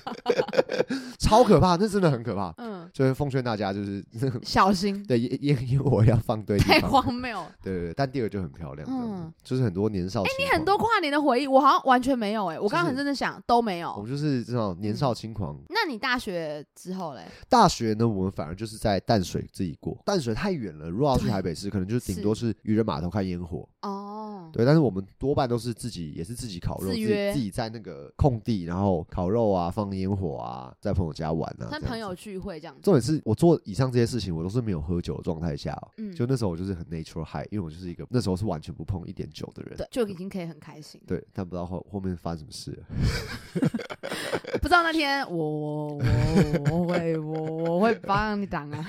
Speaker 1: 超可怕，那真的很可怕。
Speaker 2: 嗯，
Speaker 1: 所以奉劝大家，就是 那个
Speaker 2: 小心，
Speaker 1: 对烟烟烟火要放对地
Speaker 2: 太
Speaker 1: 方，
Speaker 2: 荒谬了。
Speaker 1: 对对对。但第二就很漂亮，嗯
Speaker 2: 嗯，
Speaker 1: 就是很多年少，哎、
Speaker 2: 你很多，跨年的回忆，我好像完全没有哎、我
Speaker 1: 就
Speaker 2: 刚
Speaker 1: 是
Speaker 2: 刚很认真想都没
Speaker 1: 我
Speaker 2: 有。
Speaker 1: 们就是这种年
Speaker 2: 嗯
Speaker 1: 少轻狂。
Speaker 2: 那你大学之后嘞？
Speaker 1: 大学呢，我们反而就是在淡水自己过，淡水太远了，如果要去
Speaker 2: 对
Speaker 1: 台北市，可能就是顶
Speaker 2: 是
Speaker 1: 多是渔人码头看烟火，
Speaker 2: 哦，
Speaker 1: 对，但是我们多半都是自己，也是自己烤肉，
Speaker 2: 自
Speaker 1: 自己
Speaker 2: 约
Speaker 1: 自己在那个空地，然后烤肉啊，放烟火啊，在朋友家玩啊。这样
Speaker 2: 跟朋友
Speaker 1: 子
Speaker 2: 聚会这样子。
Speaker 1: 重点是我做以上这些事情，我都是没有喝酒的状态下哦、
Speaker 2: 嗯，
Speaker 1: 就那时候我就是很 natural high，因为我就是一个那时候是完全不碰一点酒的人。
Speaker 2: 对，就已经可以很开心。
Speaker 1: 对，但不知道后后面发生什么事了。
Speaker 2: 不知道那天我我我我会我我会帮你挡 啊。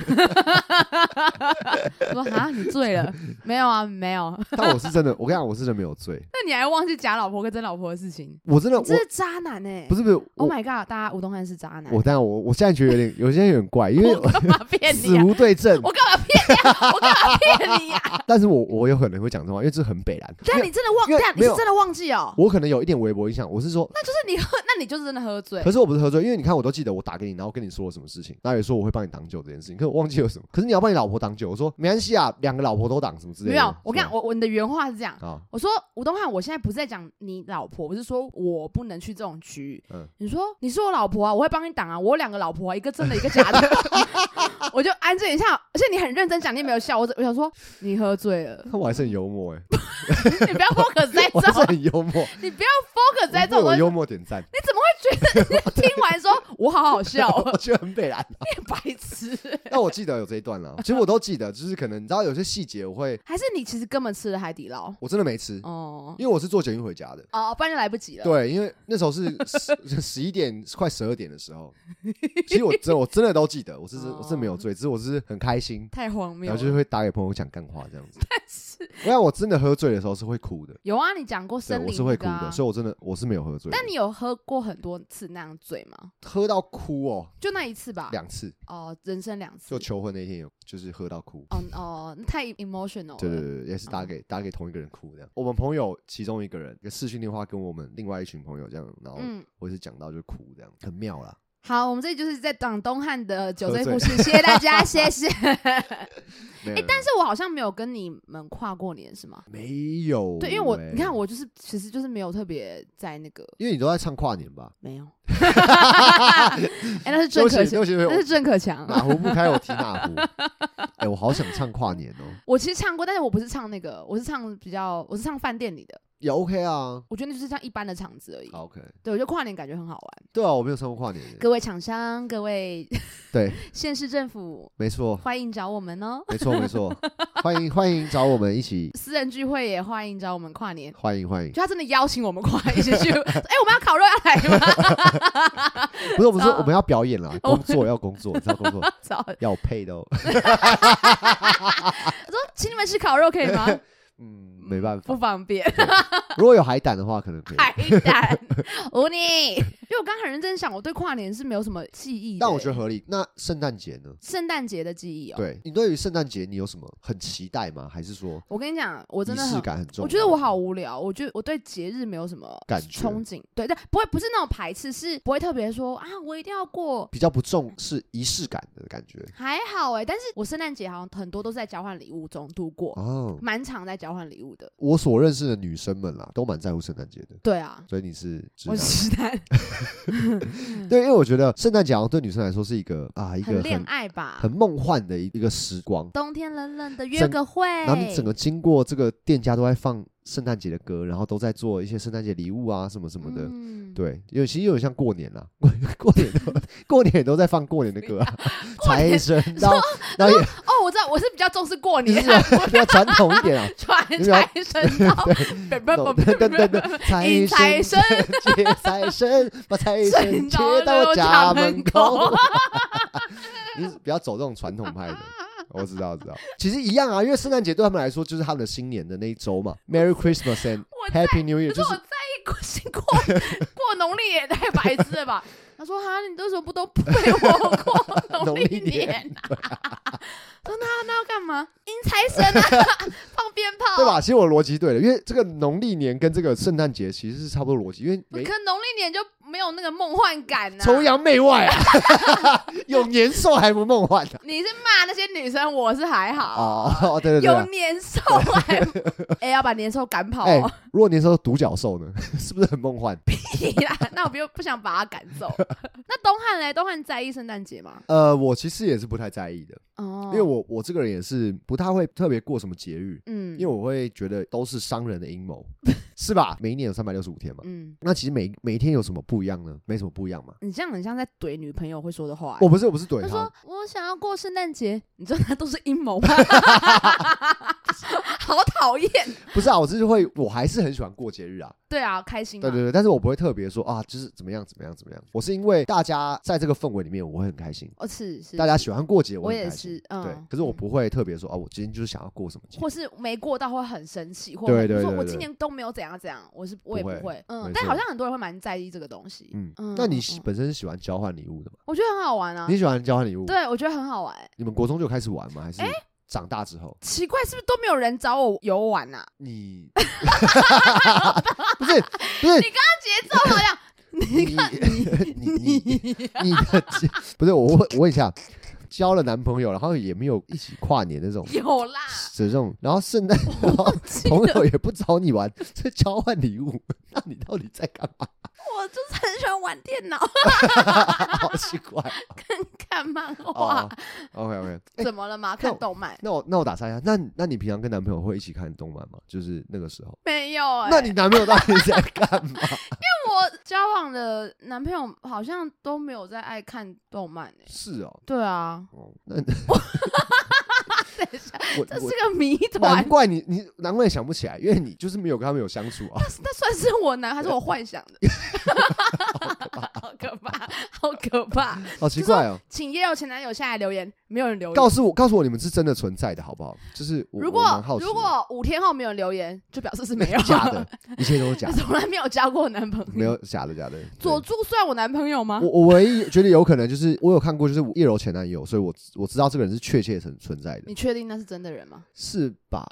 Speaker 2: 说啊，你醉了？没有啊，没有。
Speaker 1: 但我是真的，我跟你讲，我是真的没有醉，
Speaker 2: 那你还忘记假老婆跟真老婆的事情？
Speaker 1: 我真的我
Speaker 2: 这是渣男哎、
Speaker 1: 不是不是我
Speaker 2: ，Oh my god！大家吴东汉是渣男，
Speaker 1: 我当然我我现在觉得有点，有些有点怪，因为
Speaker 2: 我干嘛骗你
Speaker 1: 死
Speaker 2: 啊？
Speaker 1: 无对证。
Speaker 2: 我干嘛骗你、啊？我干嘛骗你呀、啊？
Speaker 1: 但是我我有可能会讲这种话，因为这很北蓝。
Speaker 2: 但
Speaker 1: 因为
Speaker 2: 你真的忘，
Speaker 1: 因为
Speaker 2: 这样你
Speaker 1: 没
Speaker 2: 是
Speaker 1: 有
Speaker 2: 真的忘记哦？
Speaker 1: 我可能有一点微博影响，我是说
Speaker 2: 那就是你喝， 那你就是真的喝醉
Speaker 1: 可。是我不是喝醉，因为你看我都记得我打给你，然后跟你说了什么事情，然后也说我会帮你挡酒这件事情，可是我忘记了什么。可是你要帮你老婆挡酒，我说没关系啊，两个老婆都挡什么之类的。
Speaker 2: 没有，我跟你讲，
Speaker 1: 我
Speaker 2: 我我你的原话欸是这啊样。
Speaker 1: 啊，
Speaker 2: 我说吴东汉，我现在不是在讲你老婆，我是说我不能去这种局。
Speaker 1: 嗯
Speaker 2: 你说你是我老婆啊，我会帮你挡啊。我有两个老婆啊，一个真的，一个假 的。我就安静一下，而且你很认真讲，你也没有笑。我只我想说你喝醉 了，
Speaker 1: 那我还是很幽默哎、
Speaker 2: 你不要 focus 在
Speaker 1: 我
Speaker 2: 这
Speaker 1: 还是
Speaker 2: 种，
Speaker 1: 很幽默，
Speaker 2: 你不要 focus 在这
Speaker 1: 我为我
Speaker 2: 种东西。
Speaker 1: 幽默点 赞，
Speaker 2: 你怎么会觉得听完说我好好笑哦？
Speaker 1: 我觉得很北蓝。
Speaker 2: 你白痴！
Speaker 1: 但我记得有这一段 了，其实我都记得，就是可能你知道有些细节我会
Speaker 2: 还是你其实根本吃了海底捞？
Speaker 1: 我真的没吃，
Speaker 2: 哦
Speaker 1: 因为我是坐捷运回家的。
Speaker 2: 哦，不然就来不及了。
Speaker 1: 嗯对，因为那时候是十 十一点快十二点的时候，其实我真我真的都记得，我是我是
Speaker 2: 哦
Speaker 1: 没有醉，只是我只是很开心，
Speaker 2: 太荒谬
Speaker 1: 然
Speaker 2: 了。
Speaker 1: 后就是会打给朋友讲干话这样子。但是，我想我真的喝醉的时候是会哭的，
Speaker 2: 有啊，你讲过
Speaker 1: 对
Speaker 2: 森林、啊，
Speaker 1: 我是会哭的，所以我真的我是没有喝醉的。
Speaker 2: 但你有喝过很多次那样醉吗？
Speaker 1: 喝到哭哦，
Speaker 2: 就那一次吧。
Speaker 1: 两次，
Speaker 2: 哦，人生两次
Speaker 1: 就。求婚那天有，就是喝到哭。
Speaker 2: 哦哦，那太 emotional 了。
Speaker 1: 对对对，对也是打
Speaker 2: 嗯
Speaker 1: 给打给同一个人哭这样。我们朋友其中一个人，一个视讯电话跟我们另外一群朋友这样，然后
Speaker 2: 嗯，
Speaker 1: 我是讲到就哭这样，很妙啦。
Speaker 2: 好，我们这里就是在讲东汉的 酒
Speaker 1: 喝
Speaker 2: 醉
Speaker 1: 醉
Speaker 2: 故事，谢谢大家，谢 谢。哎，
Speaker 1: 哎
Speaker 2: 但是我好像没有跟你们跨过年，是吗？
Speaker 1: 没有欸，
Speaker 2: 对，因为我你看，我就是其实就是没有特别在那个
Speaker 1: 因为你都在唱跨年 吧？
Speaker 2: 没有。哎，那是
Speaker 1: 对
Speaker 2: 郑
Speaker 1: 不起，
Speaker 2: 可
Speaker 1: 对
Speaker 2: 强，
Speaker 1: 不起，对不
Speaker 2: 那是
Speaker 1: 起，
Speaker 2: 郑可强
Speaker 1: 我。哪壶不开我提哪壶。哎，我好想唱跨年哦，
Speaker 2: 我其实唱过，但是我不是唱那个，我是唱比较，我是唱饭店里的。
Speaker 1: 也 OK 啊
Speaker 2: 我觉得那就是像一般的场子而已。
Speaker 1: 好，OK。
Speaker 2: 对，我觉得跨年感觉很好玩。
Speaker 1: 对啊，我没有唱过跨年耶。
Speaker 2: 各位厂商，各位
Speaker 1: 对，
Speaker 2: 县市政府，
Speaker 1: 没错，
Speaker 2: 欢迎找我们哦。
Speaker 1: 没错，没错。欢迎欢迎找我们一起，
Speaker 2: 私人聚会也欢迎找我们跨年。
Speaker 1: 欢迎欢迎。
Speaker 2: 就他真的邀请我们跨一起去，哎、 我们要烤肉要来吗？
Speaker 1: 不是，我们说
Speaker 2: 啊
Speaker 1: 我们要表演啦，工作要工作，你知道工作
Speaker 2: 找我
Speaker 1: 要配的哦。
Speaker 2: 说请你们吃烤肉可以吗？
Speaker 1: 嗯，没办
Speaker 2: 不
Speaker 1: 法。
Speaker 2: 方便。
Speaker 1: 如果有海胆的话，可能可以。
Speaker 2: 海胆，无你 为我刚刚很认真想，我对跨年是没有什么记忆的欸。
Speaker 1: 但我觉得合理。那圣诞节呢？
Speaker 2: 圣诞节的记忆哦、
Speaker 1: 对你对于圣诞节你有什么很期待吗？还是说
Speaker 2: 我跟你讲，我真
Speaker 1: 仪
Speaker 2: 的
Speaker 1: 式
Speaker 2: 很
Speaker 1: 感很重要？
Speaker 2: 我觉得我好无聊，我觉得我对节日没有什么
Speaker 1: 感觉
Speaker 2: 憧憬，对对，不会不是那种排斥，是不会特别说啊，我一定要过。
Speaker 1: 比较不重视仪式感的感觉
Speaker 2: 还好哎、但是我圣诞节好像很多都是在交换礼物中度过，
Speaker 1: 哦。
Speaker 2: 蛮常在交换礼物的。
Speaker 1: 我所认识的女生们啦，都蛮在乎圣诞节的，
Speaker 2: 对啊，
Speaker 1: 所以你是直
Speaker 2: 我
Speaker 1: 男。
Speaker 2: 是直男，
Speaker 1: 对，因为我觉得圣诞节好像对女生来说是一个啊，一个
Speaker 2: 很恋
Speaker 1: 很
Speaker 2: 爱吧？
Speaker 1: 很梦幻的一一个时光。
Speaker 2: 冬天冷冷的约
Speaker 1: 整
Speaker 2: 个会，
Speaker 1: 然后你整个经过这个店家都在放圣诞节的歌，然后都在做一些圣诞节礼物啊什么什么的。
Speaker 2: 嗯，
Speaker 1: 对，有其实有点像过年啦，过 过年都过年都在放过年的歌啊，财神到，然后也
Speaker 2: 哦，我知道，我是比较重视过
Speaker 1: 就
Speaker 2: 年，
Speaker 1: 是，比较传统一点啊
Speaker 2: 传
Speaker 1: 你比较
Speaker 2: 财神 到， 不不
Speaker 1: 噔
Speaker 2: 不
Speaker 1: 噔噔
Speaker 2: 不不，
Speaker 1: 噔，财
Speaker 2: 迎财
Speaker 1: 神
Speaker 2: 神
Speaker 1: 接财神，把财神
Speaker 2: 神
Speaker 1: 接
Speaker 2: 到
Speaker 1: 到
Speaker 2: 我
Speaker 1: 家
Speaker 2: 家
Speaker 1: 门
Speaker 2: 门
Speaker 1: 口
Speaker 2: 口。
Speaker 1: 你比较走这种传统派的，我知道，我知道。其实一样啊，因为圣诞节对他们来说就是他们的新年的那一周嘛，Merry Christmas and
Speaker 2: 我
Speaker 1: Happy New Year，
Speaker 2: 可是
Speaker 1: 就
Speaker 2: 我
Speaker 1: 是
Speaker 2: 在意过新过过农历也太白痴 了吧？他说哈，你为什么不都陪我过
Speaker 1: 农
Speaker 2: 农
Speaker 1: 历
Speaker 2: 历
Speaker 1: 年
Speaker 2: 年啊？说那那要 干嘛？迎财神啊，放鞭炮啊
Speaker 1: 对吧？？其实我的逻辑对了，因为这个农历年跟这个圣诞节其实是差不多逻辑，因为每
Speaker 2: 可农历年就没有那个梦幻感呐、
Speaker 1: 崇洋媚外啊， 有年兽还不梦幻啊
Speaker 2: 你是骂那些女生，我是还好。
Speaker 1: 哦！哦， 对对对
Speaker 2: 有
Speaker 1: 啊。
Speaker 2: 年兽还 哎、要把年兽赶跑
Speaker 1: 哎
Speaker 2: 哦！，
Speaker 1: 如果年兽是独角兽呢， 是不是很梦幻？
Speaker 2: 屁啦， 那我不用不想把他赶走。 那东汉嘞？东汉在意圣诞节吗？
Speaker 1: 呃，我其实也是不太在意的，
Speaker 2: 哦，
Speaker 1: 因为我我这个人也是不太会特别过什么节日，
Speaker 2: 嗯，
Speaker 1: 因为我会觉得都是商人的阴谋， 是吧？每一年有三百六十五天嘛，
Speaker 2: 嗯，
Speaker 1: 那其实每每一天有什么不一样呢？没什么不一样嘛。
Speaker 2: 你这样很像在怼女朋友会说的话、欸
Speaker 1: 我不啊是我不是怼
Speaker 2: 他
Speaker 1: 他
Speaker 2: 说，：“我想要过圣诞节。”你知道那都是阴谋吗？ 好讨厌。
Speaker 1: 不是啊，我是会，我还是很喜欢过节日啊。
Speaker 2: 对啊，开心嘛。
Speaker 1: 对对对，但是我不会特别说啊，就是怎么样怎么样怎么样。我是因为大家在这个氛围里面，我会很开心。
Speaker 2: 哦，是是。
Speaker 1: 大家喜欢过节，
Speaker 2: 我
Speaker 1: 很
Speaker 2: 也
Speaker 1: 开心
Speaker 2: 是嗯
Speaker 1: 对。可是我不会特别说啊，我今天就是想要过什么节。
Speaker 2: 或是没过到会很生气，或
Speaker 1: 对
Speaker 2: 很
Speaker 1: 对
Speaker 2: 说
Speaker 1: 对
Speaker 2: 我
Speaker 1: 对
Speaker 2: 今年都没有怎样怎样，我是我也
Speaker 1: 不
Speaker 2: 不
Speaker 1: 会
Speaker 2: 会，嗯
Speaker 1: 没，
Speaker 2: 但
Speaker 1: 错
Speaker 2: 好像很多人会蛮在意这个东西，
Speaker 1: 嗯
Speaker 2: 嗯，
Speaker 1: 那你
Speaker 2: 嗯
Speaker 1: 喜
Speaker 2: 嗯
Speaker 1: 本身是喜欢交换礼物的吗？
Speaker 2: 我觉得很好玩啊
Speaker 1: 你，喜欢交换礼物？
Speaker 2: 对我觉得很好玩，
Speaker 1: 你们国中就开始玩吗？还是
Speaker 2: 哎
Speaker 1: 长大之后？
Speaker 2: 奇怪是不是都没有人找我游玩啊？
Speaker 1: 你不是不是
Speaker 2: 那节奏好 像
Speaker 1: 你
Speaker 2: 你
Speaker 1: 你你 你的节不是我问我问一下，交了男朋友，然后也没有一起跨年那种
Speaker 2: 有啦，
Speaker 1: 这种，然后圣诞然后
Speaker 2: 记
Speaker 1: 朋
Speaker 2: 得
Speaker 1: 友也不找你玩，这交换礼物， 那你到底在干嘛？
Speaker 2: 我就是很喜欢玩电脑
Speaker 1: 好奇怪
Speaker 2: 看漫画
Speaker 1: 哦，。OK OK，
Speaker 2: 怎么了吗？
Speaker 1: 哎那
Speaker 2: 看
Speaker 1: 我
Speaker 2: 动漫
Speaker 1: 那我那我打岔一下，那那你平常跟男朋友会一起看动漫吗？就是那个时候，
Speaker 2: 没有哎，
Speaker 1: 那你男朋友到底在干嘛？
Speaker 2: 我交往的男朋友好像都没有在爱看动漫哎，
Speaker 1: 是哦。
Speaker 2: 对啊，
Speaker 1: 哦，那 我
Speaker 2: 这
Speaker 1: 我
Speaker 2: 是个谜团
Speaker 1: 难。怪你你难怪想不起来，因为你就是没有跟他们有相处啊。
Speaker 2: 那算是我难还是我幻想 的？好可怕，好可怕！
Speaker 1: 好奇怪哦！
Speaker 2: 请也有前男友下来留言，没有人留
Speaker 1: 告
Speaker 2: 言。
Speaker 1: 诉我，告诉我你们是真的存在的好不好？就是我
Speaker 2: 如
Speaker 1: 我
Speaker 2: 果
Speaker 1: 蛮好奇的
Speaker 2: 如果五天后没有人留言，就表示是没有
Speaker 1: 假 的，一切都是假的，
Speaker 2: 从来没有交过男朋友。
Speaker 1: 没有假的假的。对
Speaker 2: 佐助算我男朋友吗
Speaker 1: 我？我唯一觉得有可能就是我有看过，就是叶柔前男友，所以我我知道这个人是确切存存在的
Speaker 2: 你，确定那是真的人 吗？
Speaker 1: 是吧？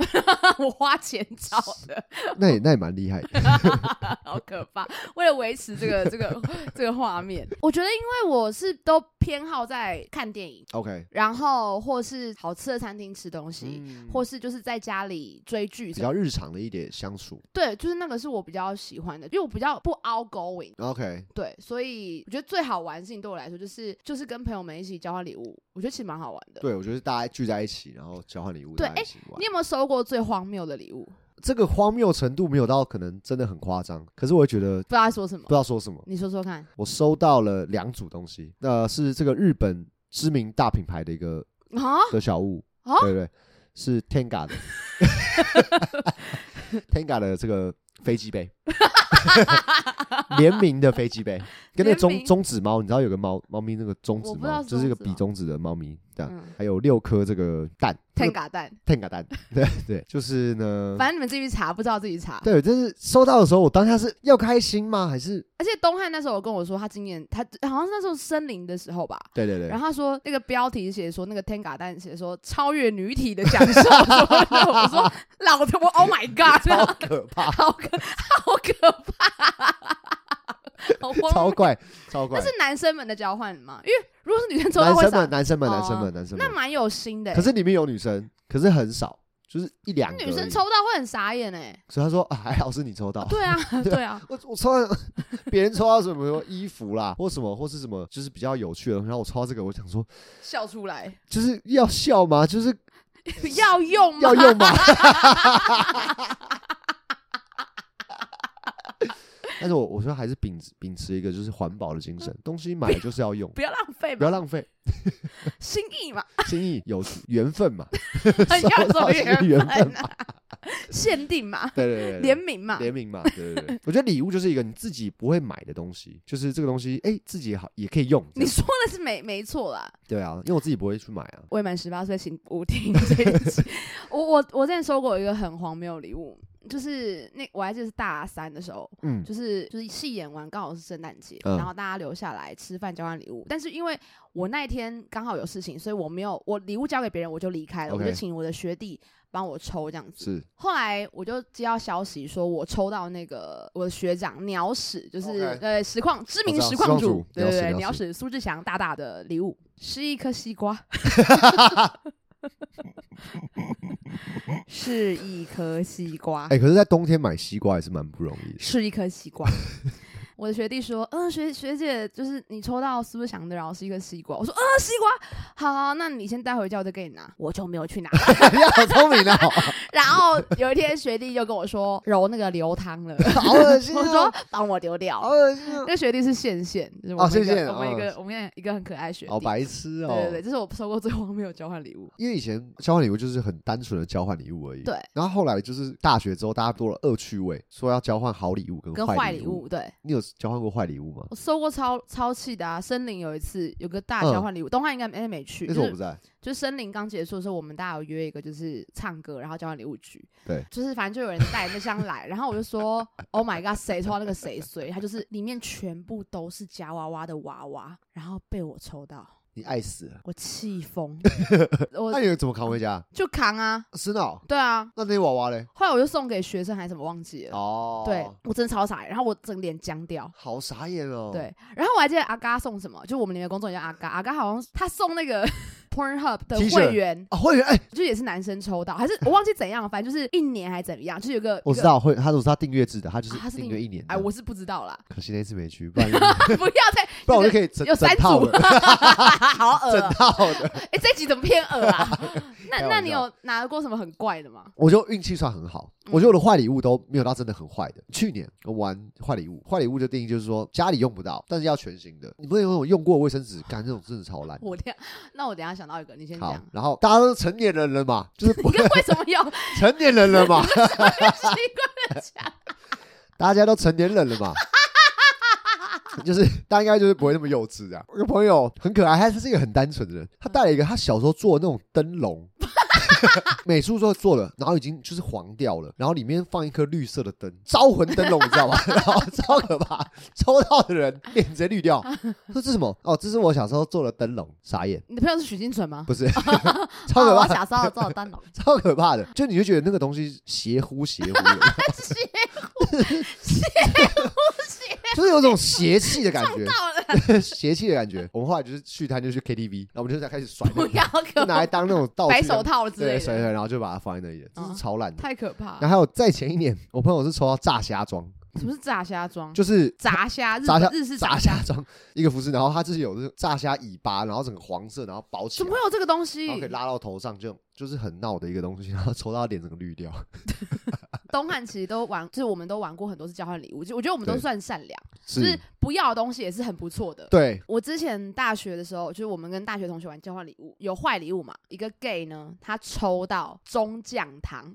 Speaker 2: 我花钱找的，
Speaker 1: 那也那也蛮厉害的。
Speaker 2: 好可怕！为了维持这个这个这个画面，我觉得因为我是都偏好在看电影，
Speaker 1: OK，
Speaker 2: 然后或是好吃的餐厅吃东西，
Speaker 1: 嗯
Speaker 2: 或是就是在家里追剧
Speaker 1: 比
Speaker 2: 什么的
Speaker 1: 较日常的一点相处。
Speaker 2: 对，就是那个是我比较喜欢的，因为我比较不 outgoing，
Speaker 1: OK，
Speaker 2: 对，所以我觉得最好玩的事情对我来说就是就是跟朋友们一起交换礼物，我觉得其实蛮好玩的。
Speaker 1: 对我觉得大家聚在一起，然后交换礼物，
Speaker 2: 对哎
Speaker 1: 大家一起玩
Speaker 2: 你。有没有收过最荒谬的礼物？
Speaker 1: 这个荒谬程度没有到可能真的很夸张，可是我会觉得
Speaker 2: 不知道在说什么
Speaker 1: 不，知道说什么。
Speaker 2: 你说说看。
Speaker 1: 我收到了两组东西，呃，是这个日本知名大品牌的一个
Speaker 2: 啊，
Speaker 1: 的小物，
Speaker 2: 哦
Speaker 1: 对对，是 Tenga 的 Tenga 的这个飞机 杯，联名的飞机杯，跟那个
Speaker 2: 联
Speaker 1: 中
Speaker 2: 名
Speaker 1: 中指猫，你知道有个猫猫咪那个中指
Speaker 2: 我不知
Speaker 1: 猫，
Speaker 2: 道是
Speaker 1: 就是一个
Speaker 2: 中指
Speaker 1: 比
Speaker 2: 猫
Speaker 1: 中指的猫咪，这样，
Speaker 2: 嗯，
Speaker 1: 还有六颗这个蛋
Speaker 2: 天嘎蛋，
Speaker 1: ，tenga 蛋， 对对，就是呢。
Speaker 2: 反正你们自己去查，不知道自己查。
Speaker 1: 对，就是收到的时候，我当下是要开心吗？还是
Speaker 2: 而且东汉那时候有跟我说，他今年他好像是那时候森林的时候吧，
Speaker 1: 对对对，
Speaker 2: 然后他说那个标题写说那个天嘎蛋写说超越女体的享受，什么的我 说老的我 Oh my God，
Speaker 1: 超可怕，
Speaker 2: 好可好可怕，好荒
Speaker 1: 超
Speaker 2: 谬。
Speaker 1: 怪，超怪
Speaker 2: 那。是男生们的交换吗？因为如果是女生抽到
Speaker 1: 男
Speaker 2: 会
Speaker 1: 生
Speaker 2: 傻
Speaker 1: 们，，男生们，
Speaker 2: 哦
Speaker 1: 男生们，男生
Speaker 2: 那
Speaker 1: 们。
Speaker 2: 蛮有心的欸、
Speaker 1: 可是里面有女生，可是很少，就是一两个而已。
Speaker 2: 女生抽到会很傻眼哎、
Speaker 1: 所以他说啊，还好是你抽到。
Speaker 2: 对啊， 对啊，
Speaker 1: 我我抽到 别人抽到什么衣服啦，或什么或是什么，就是比较有趣的东西。然后我抽到这个，我想说，
Speaker 2: 笑出来
Speaker 1: 就是要笑吗？就是
Speaker 2: 要用 吗？
Speaker 1: 要用吗？但是我我说还是秉持秉持一个就是环保的精神，东西买就是要 用，
Speaker 2: 不要浪费
Speaker 1: 不要
Speaker 2: 嘛，
Speaker 1: 浪费，
Speaker 2: 心意嘛，
Speaker 1: 心意有缘分 嘛，
Speaker 2: 要
Speaker 1: 收
Speaker 2: 走
Speaker 1: 到是个缘分
Speaker 2: 分啊， 限定嘛，
Speaker 1: 对对对对，
Speaker 2: 联名嘛，
Speaker 1: 联名嘛，对对对，我觉得礼物就是一个你自己不会买的东西，就是这个东西，哎、自己好也可以用，这
Speaker 2: 你
Speaker 1: 样
Speaker 2: 说的是没没错啦，
Speaker 1: 对啊，因为我自己不会去买啊，
Speaker 2: 未满十八岁请勿听这一 集。我我我之前收过一个很荒谬的礼物，就是那我还记得是大三的时候，
Speaker 1: 嗯，
Speaker 2: 就是就是戏演完刚好是圣诞节，
Speaker 1: 嗯
Speaker 2: 然后大家留下来吃饭交换礼物。但是因为我那一天刚好有事情，所以我没有我礼物交给别人，我就离开了
Speaker 1: OK
Speaker 2: 我就请我的学弟帮我抽这样子。
Speaker 1: 是
Speaker 2: 后来我就接到消息说，我抽到那个我的学长鸟屎，就是
Speaker 1: OK
Speaker 2: 呃实况知
Speaker 1: 我
Speaker 2: 名
Speaker 1: 知道
Speaker 2: 实
Speaker 1: 实
Speaker 2: 况
Speaker 1: 况
Speaker 2: 主
Speaker 1: 主，
Speaker 2: 对对对，
Speaker 1: 鸟屎鸟
Speaker 2: 鸟屎苏志祥大大的礼物是一颗 西瓜，是一颗西瓜
Speaker 1: 哎、，可是，在冬天买西瓜也是蛮不容易的，
Speaker 2: 是一颗西瓜。我的学弟说：“嗯，学学姐，就是你抽到苏志祥的，然后是一颗西瓜。”我说：“啊、西瓜，好那你先带回家，我再给你拿。”我就没有去拿。
Speaker 1: 你 好聪明啊，
Speaker 2: 然后有一天，学弟就跟我说揉那个流汤了，
Speaker 1: 好恶心
Speaker 2: 我
Speaker 1: 啊
Speaker 2: 说， 帮我丢掉
Speaker 1: 好。恶心啊，
Speaker 2: 那学弟是线线，就是我
Speaker 1: 哦
Speaker 2: 们一
Speaker 1: 线
Speaker 2: 个
Speaker 1: 线
Speaker 2: 我们一
Speaker 1: 哦
Speaker 2: 个我们一个很可爱的学弟。
Speaker 1: 好白痴
Speaker 2: 对
Speaker 1: 哦、
Speaker 2: 对对，这是我收过最荒谬的交换礼物。
Speaker 1: 因为以前交换礼物就是很单纯的交换礼物而已，
Speaker 2: 对。
Speaker 1: 然后后来就是大学之后，大家多了恶趣味，说要交换好礼物跟
Speaker 2: 跟
Speaker 1: 坏
Speaker 2: 坏
Speaker 1: 礼
Speaker 2: 礼物，对
Speaker 1: 你有交换过坏礼物吗？
Speaker 2: 我收过超超气的啊！森林有一次有个大
Speaker 1: 嗯
Speaker 2: 交换礼物，东汉应该没没去，
Speaker 1: 那时
Speaker 2: 就
Speaker 1: 候我
Speaker 2: 是
Speaker 1: 不在，
Speaker 2: 就森林刚结束的时候，我们大家有约一个就是唱歌，然后交换礼物局。
Speaker 1: 对，
Speaker 2: 就是反正就有人带那箱来，然后我 就说 Oh my god，谁抽到那个谁谁，他就是里面全部都是夹娃娃的娃娃，然后被我抽到，
Speaker 1: 你爱死了。
Speaker 2: 我 气疯，
Speaker 1: 那
Speaker 2: 我
Speaker 1: 你怎么扛回家？
Speaker 2: 就扛啊，
Speaker 1: 是哦，
Speaker 2: 对啊，
Speaker 1: 那那些娃娃嘞？
Speaker 2: 后来我就送给学生还是什么忘记了，
Speaker 1: 哦，
Speaker 2: 呃对我真的超傻眼，然后我整个脸僵掉。
Speaker 1: 好傻眼哦。，
Speaker 2: 对，然后我还记得阿嘎送什么，就我们里面的工作人员阿嘎，阿嘎好像是他送那个 Pornhub 的
Speaker 1: T-shirt
Speaker 2: 会员，
Speaker 1: 啊，会员哎，
Speaker 2: 就也是男生抽到，还是我忘记怎样，反正就是一年还怎么样，就是有个
Speaker 1: 我知。
Speaker 2: 一个
Speaker 1: 道会，他说他订阅制的，他就
Speaker 2: 啊他是
Speaker 1: 是订
Speaker 2: 订
Speaker 1: 阅一年的。
Speaker 2: 哎，我是不知道啦，
Speaker 1: 可惜那次没去，不然
Speaker 2: 不要再
Speaker 1: 不然我就可以整
Speaker 2: 有
Speaker 1: 整
Speaker 2: 三
Speaker 1: 套
Speaker 2: 组，
Speaker 1: 的，
Speaker 2: 好恶
Speaker 1: 整
Speaker 2: 啊！
Speaker 1: 套的。
Speaker 2: 哎，这集怎么偏恶 啊？那
Speaker 1: 开玩笑
Speaker 2: 那你有拿过什么很怪的吗？
Speaker 1: 我就运气算很好，
Speaker 2: 嗯
Speaker 1: 我觉得我的坏礼物都没有到真的很坏的。去年我玩坏礼物，坏礼物的定义就是说家里用不到，但是要全新的。你不能有那种用过卫生纸，干那种真的超烂。
Speaker 2: 我等一下，那我等一下想到一个，你先
Speaker 1: 好
Speaker 2: 讲，。
Speaker 1: 然后大家都是成年人了嘛，就是
Speaker 2: 你
Speaker 1: 不
Speaker 2: 跟 为什 么有
Speaker 1: 成年人了嘛，
Speaker 2: 奇怪的讲？
Speaker 1: 大家都成年人了嘛，就是大家应该就是不会那么幼稚啊。我有个朋友很可爱，他是一个很单纯的人，他带了一个他小时候做的那种灯笼。美术做做了，然后已经就是黄掉了，然后里面放一颗绿色的灯，招魂灯笼，你知道吗？然后超可怕，抽到的人脸直接绿掉。说这什么？哦，这是我小时候做的灯笼，傻眼，
Speaker 2: 你的朋友是许金纯吗？
Speaker 1: 不是，超可
Speaker 2: 哦
Speaker 1: 怕
Speaker 2: 我，小时候做的 灯笼，
Speaker 1: 超可怕的，就你就觉得那个东西邪乎邪乎的，
Speaker 2: 邪
Speaker 1: 就是有种邪气的感觉，
Speaker 2: 到 了，
Speaker 1: 邪气的感觉。我们后来就是去摊就去 KTV，然后我们就在开始甩那
Speaker 2: 不
Speaker 1: 个，
Speaker 2: 要
Speaker 1: 就
Speaker 2: 可
Speaker 1: 拿来当那种道具，啊
Speaker 2: 白手套之
Speaker 1: 对，
Speaker 2: 类
Speaker 1: 甩一
Speaker 2: 的，
Speaker 1: 甩，然后就把它放在那里了，这
Speaker 2: 哦
Speaker 1: 是超烂的。
Speaker 2: 太可怕
Speaker 1: 然后。还有再前一年，我朋友是抽到炸虾装，
Speaker 2: 什么是炸虾装？
Speaker 1: 就是
Speaker 2: 炸虾，日
Speaker 1: 炸
Speaker 2: 本
Speaker 1: 虾
Speaker 2: 日式
Speaker 1: 炸
Speaker 2: 炸
Speaker 1: 虾，装一个服饰，然后它就是有这种炸虾尾巴，然后整个黄色，然后包起
Speaker 2: 怎
Speaker 1: 来
Speaker 2: 么。会有这个东
Speaker 1: 然
Speaker 2: 西
Speaker 1: 后哦可以？拉到头上，就就是很闹的一个东西，然后抽到脸整个绿掉，
Speaker 2: 东汉其实都玩，就是我们都玩过很多次交换礼物，就我觉得我们都
Speaker 1: 对
Speaker 2: 算善良，就是不要的东西也是很不错的。
Speaker 1: 对，
Speaker 2: 我之前大学的时候，就是我们跟大学同学玩交换礼物，有坏礼物嘛？一个 gay 呢，他抽到中酱糖，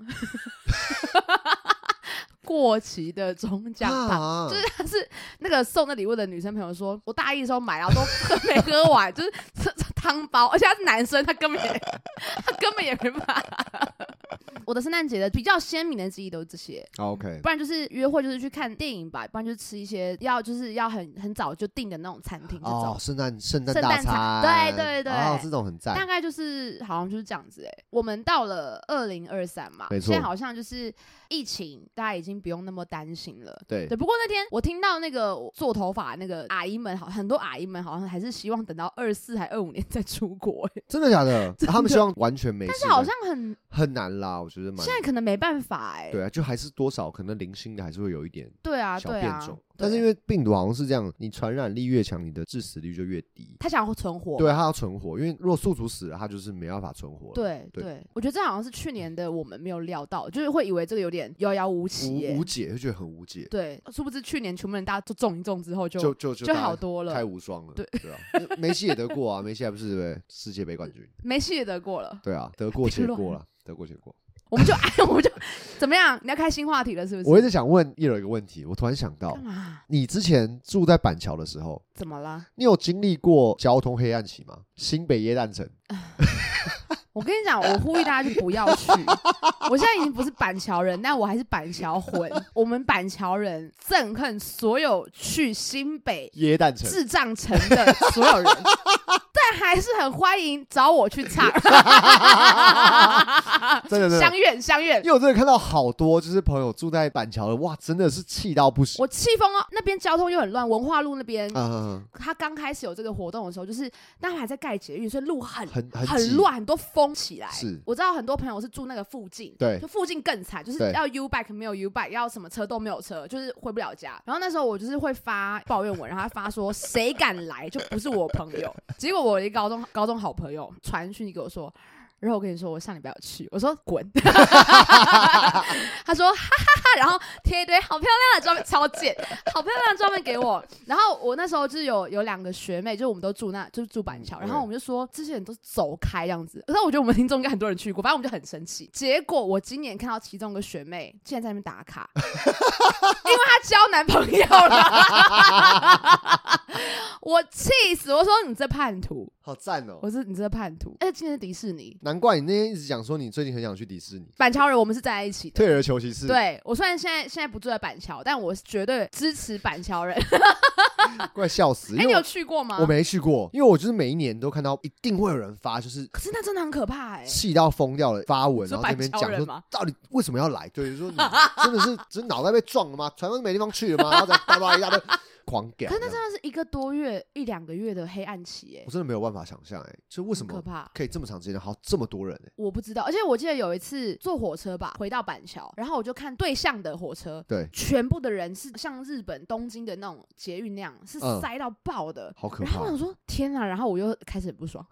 Speaker 2: 过期的中酱糖。
Speaker 1: 啊
Speaker 2: 就是他是那个送的礼物的女生朋友说，我大一的时候买，然后都喝没喝完，就是这这汤包，而且他是男生，他根本也他根本也没办法。我的圣诞节的比较鲜明的记忆都是 这些，
Speaker 1: 哦 OK，
Speaker 2: 不然就是约会，就是去看电影吧，不然就是吃一些要就是要很很早就订的那种餐厅这种。
Speaker 1: 哦，圣诞圣诞
Speaker 2: 圣
Speaker 1: 大
Speaker 2: 诞
Speaker 1: 餐，
Speaker 2: 餐对对对
Speaker 1: 哦，这种很
Speaker 2: 大
Speaker 1: 赞。
Speaker 2: 概就是好像就是这样子哎、我们到了二零二三嘛，
Speaker 1: 没错
Speaker 2: 现在好像就是疫情，大家已经不用那么担心了。
Speaker 1: 对
Speaker 2: 对，不过那天我听到那个做头发那个阿姨们，好很多阿姨们好像还是希望等到二四还二五年 再出国、欸，
Speaker 1: 真的假 的？啊
Speaker 2: 真的
Speaker 1: 他们希望完全没事，
Speaker 2: 但是好像很
Speaker 1: 很难啦，我觉得蛮
Speaker 2: 现在可能没办法哎、
Speaker 1: 对啊，就还是多少可能零星的还是会有一点
Speaker 2: 对啊，
Speaker 1: 小
Speaker 2: 对
Speaker 1: 变
Speaker 2: 啊
Speaker 1: 种，，但是因
Speaker 2: 为
Speaker 1: 为病毒好像是这样，你传染力越强，你的致死率就越低。
Speaker 2: 他想要存活，
Speaker 1: 对，它要存活，因为如果宿主死了，它就是没办法存活了。
Speaker 2: 对
Speaker 1: 对
Speaker 2: 对，我觉得这好像是去年的我们没有料到，就是会以为这个有点遥遥无期耶、
Speaker 1: 无无解，就觉得很无解，
Speaker 2: 对，殊不知去年全部人大家都中一中之后就
Speaker 1: 就就就
Speaker 2: 就
Speaker 1: 大家
Speaker 2: 好多了
Speaker 1: 太无双了，
Speaker 2: 对
Speaker 1: 对啊，那梅西也得过啊，梅西还不是对不对世界杯冠军，
Speaker 2: 梅西也得过了，
Speaker 1: 对啊，得过且
Speaker 2: 别
Speaker 1: 过
Speaker 2: 哎乱
Speaker 1: 了，得过且过。
Speaker 2: 我们就 哎，我们就怎么样？你要开新话题了是不是？
Speaker 1: 我一直想问叶柔一个问题，我突然想到
Speaker 2: 干，嘛？
Speaker 1: 你之前住在板桥的时候，
Speaker 2: 怎么了？
Speaker 1: 你有经历过交通黑暗期吗？新北耶诞城，
Speaker 2: 我跟你讲，我呼吁大家就不要去。我现在已经不是板桥人，但我还是板桥魂。我们板桥人憎恨所有去新北
Speaker 1: 耶诞城，
Speaker 2: 智障城的所有人，但还是很欢迎找我去唱。
Speaker 1: 真的真的
Speaker 2: 相。怨相怨
Speaker 1: 因，为我真的看到好多就是朋友住在板桥的，哇，真的是气到不行。
Speaker 2: 我气疯哦！那边交通又很乱，文化路那边。
Speaker 1: 嗯，
Speaker 2: 他刚开始有这个活动的时候，就是当然还在盖捷运，所以路很
Speaker 1: 很很挤
Speaker 2: 很，乱，很多风起来。
Speaker 1: 是
Speaker 2: 我知道很多朋友是住那个附近，
Speaker 1: 对
Speaker 2: 就附近更惨，就是
Speaker 1: 对
Speaker 2: 要 U bike 没有 U bike，要什么车都没有车，就是回不了家。然后那时候我就是会发抱怨文，然后他发 说谁敢来就不是我朋友。结果我一高中高中好朋友传讯息给我说。然后我跟你说，我上礼拜有去，我说 滚，他说哈哈哈，然后贴一堆好漂亮的照片，超贱，好漂亮的照片给我。然后我那时候就是有有两个学妹，就是我们都住那，就是住板桥，
Speaker 1: 嗯
Speaker 2: 然
Speaker 1: 对
Speaker 2: 后我们就说这些人都走开这样子。可是我觉得我们听众应该很多人去过，反正我们就很生气。结果我今年看到其中一个学妹竟然在那边打卡， 因为她交男朋友了，我气死！我说你这叛徒，
Speaker 1: 好赞哦！
Speaker 2: 我说你这叛徒，而且今天是迪士尼。
Speaker 1: 难怪你那天一直讲说你最近很想去迪士尼，
Speaker 2: 板桥人，我们是在一起的。
Speaker 1: 退而求其次。，
Speaker 2: 对我虽然现在现在不住在板桥，但我是绝对支持板桥人。
Speaker 1: 怪笑死，
Speaker 2: 哎、
Speaker 1: 因
Speaker 2: 你
Speaker 1: 为
Speaker 2: 有
Speaker 1: 我
Speaker 2: 去过吗？
Speaker 1: 我。没去过，因为我就是每一年都看到一定会有人发，就是
Speaker 2: 可是那真的很可怕哎、
Speaker 1: 气到疯掉了发文，
Speaker 2: 说
Speaker 1: 然后在那边
Speaker 2: 板桥
Speaker 1: 讲
Speaker 2: 人
Speaker 1: 说
Speaker 2: 吗
Speaker 1: 到底为什么要来？对，就说 你真的是只是脑袋被撞了吗？船都没地方去了吗？然后再叭叭一大堆 狂屌
Speaker 2: 可是那
Speaker 1: 这样，
Speaker 2: 真的是一个多月、一两个月的黑暗期哎、
Speaker 1: 我真的没有办法想象，哎，就为什
Speaker 2: 很可
Speaker 1: 么
Speaker 2: 怕？
Speaker 1: 可以这么长时间，还有这么多人，哎，
Speaker 2: 我不知道，而且我记得有一次坐火车吧，回到板桥，然后我就看对向的火车，
Speaker 1: 对，
Speaker 2: 全部的人是像日本东京的那种捷运那样，是
Speaker 1: 嗯
Speaker 2: 塞到爆的。
Speaker 1: 好可
Speaker 2: 然后
Speaker 1: 怕
Speaker 2: 我。想说天啊，然后我又开始很不爽，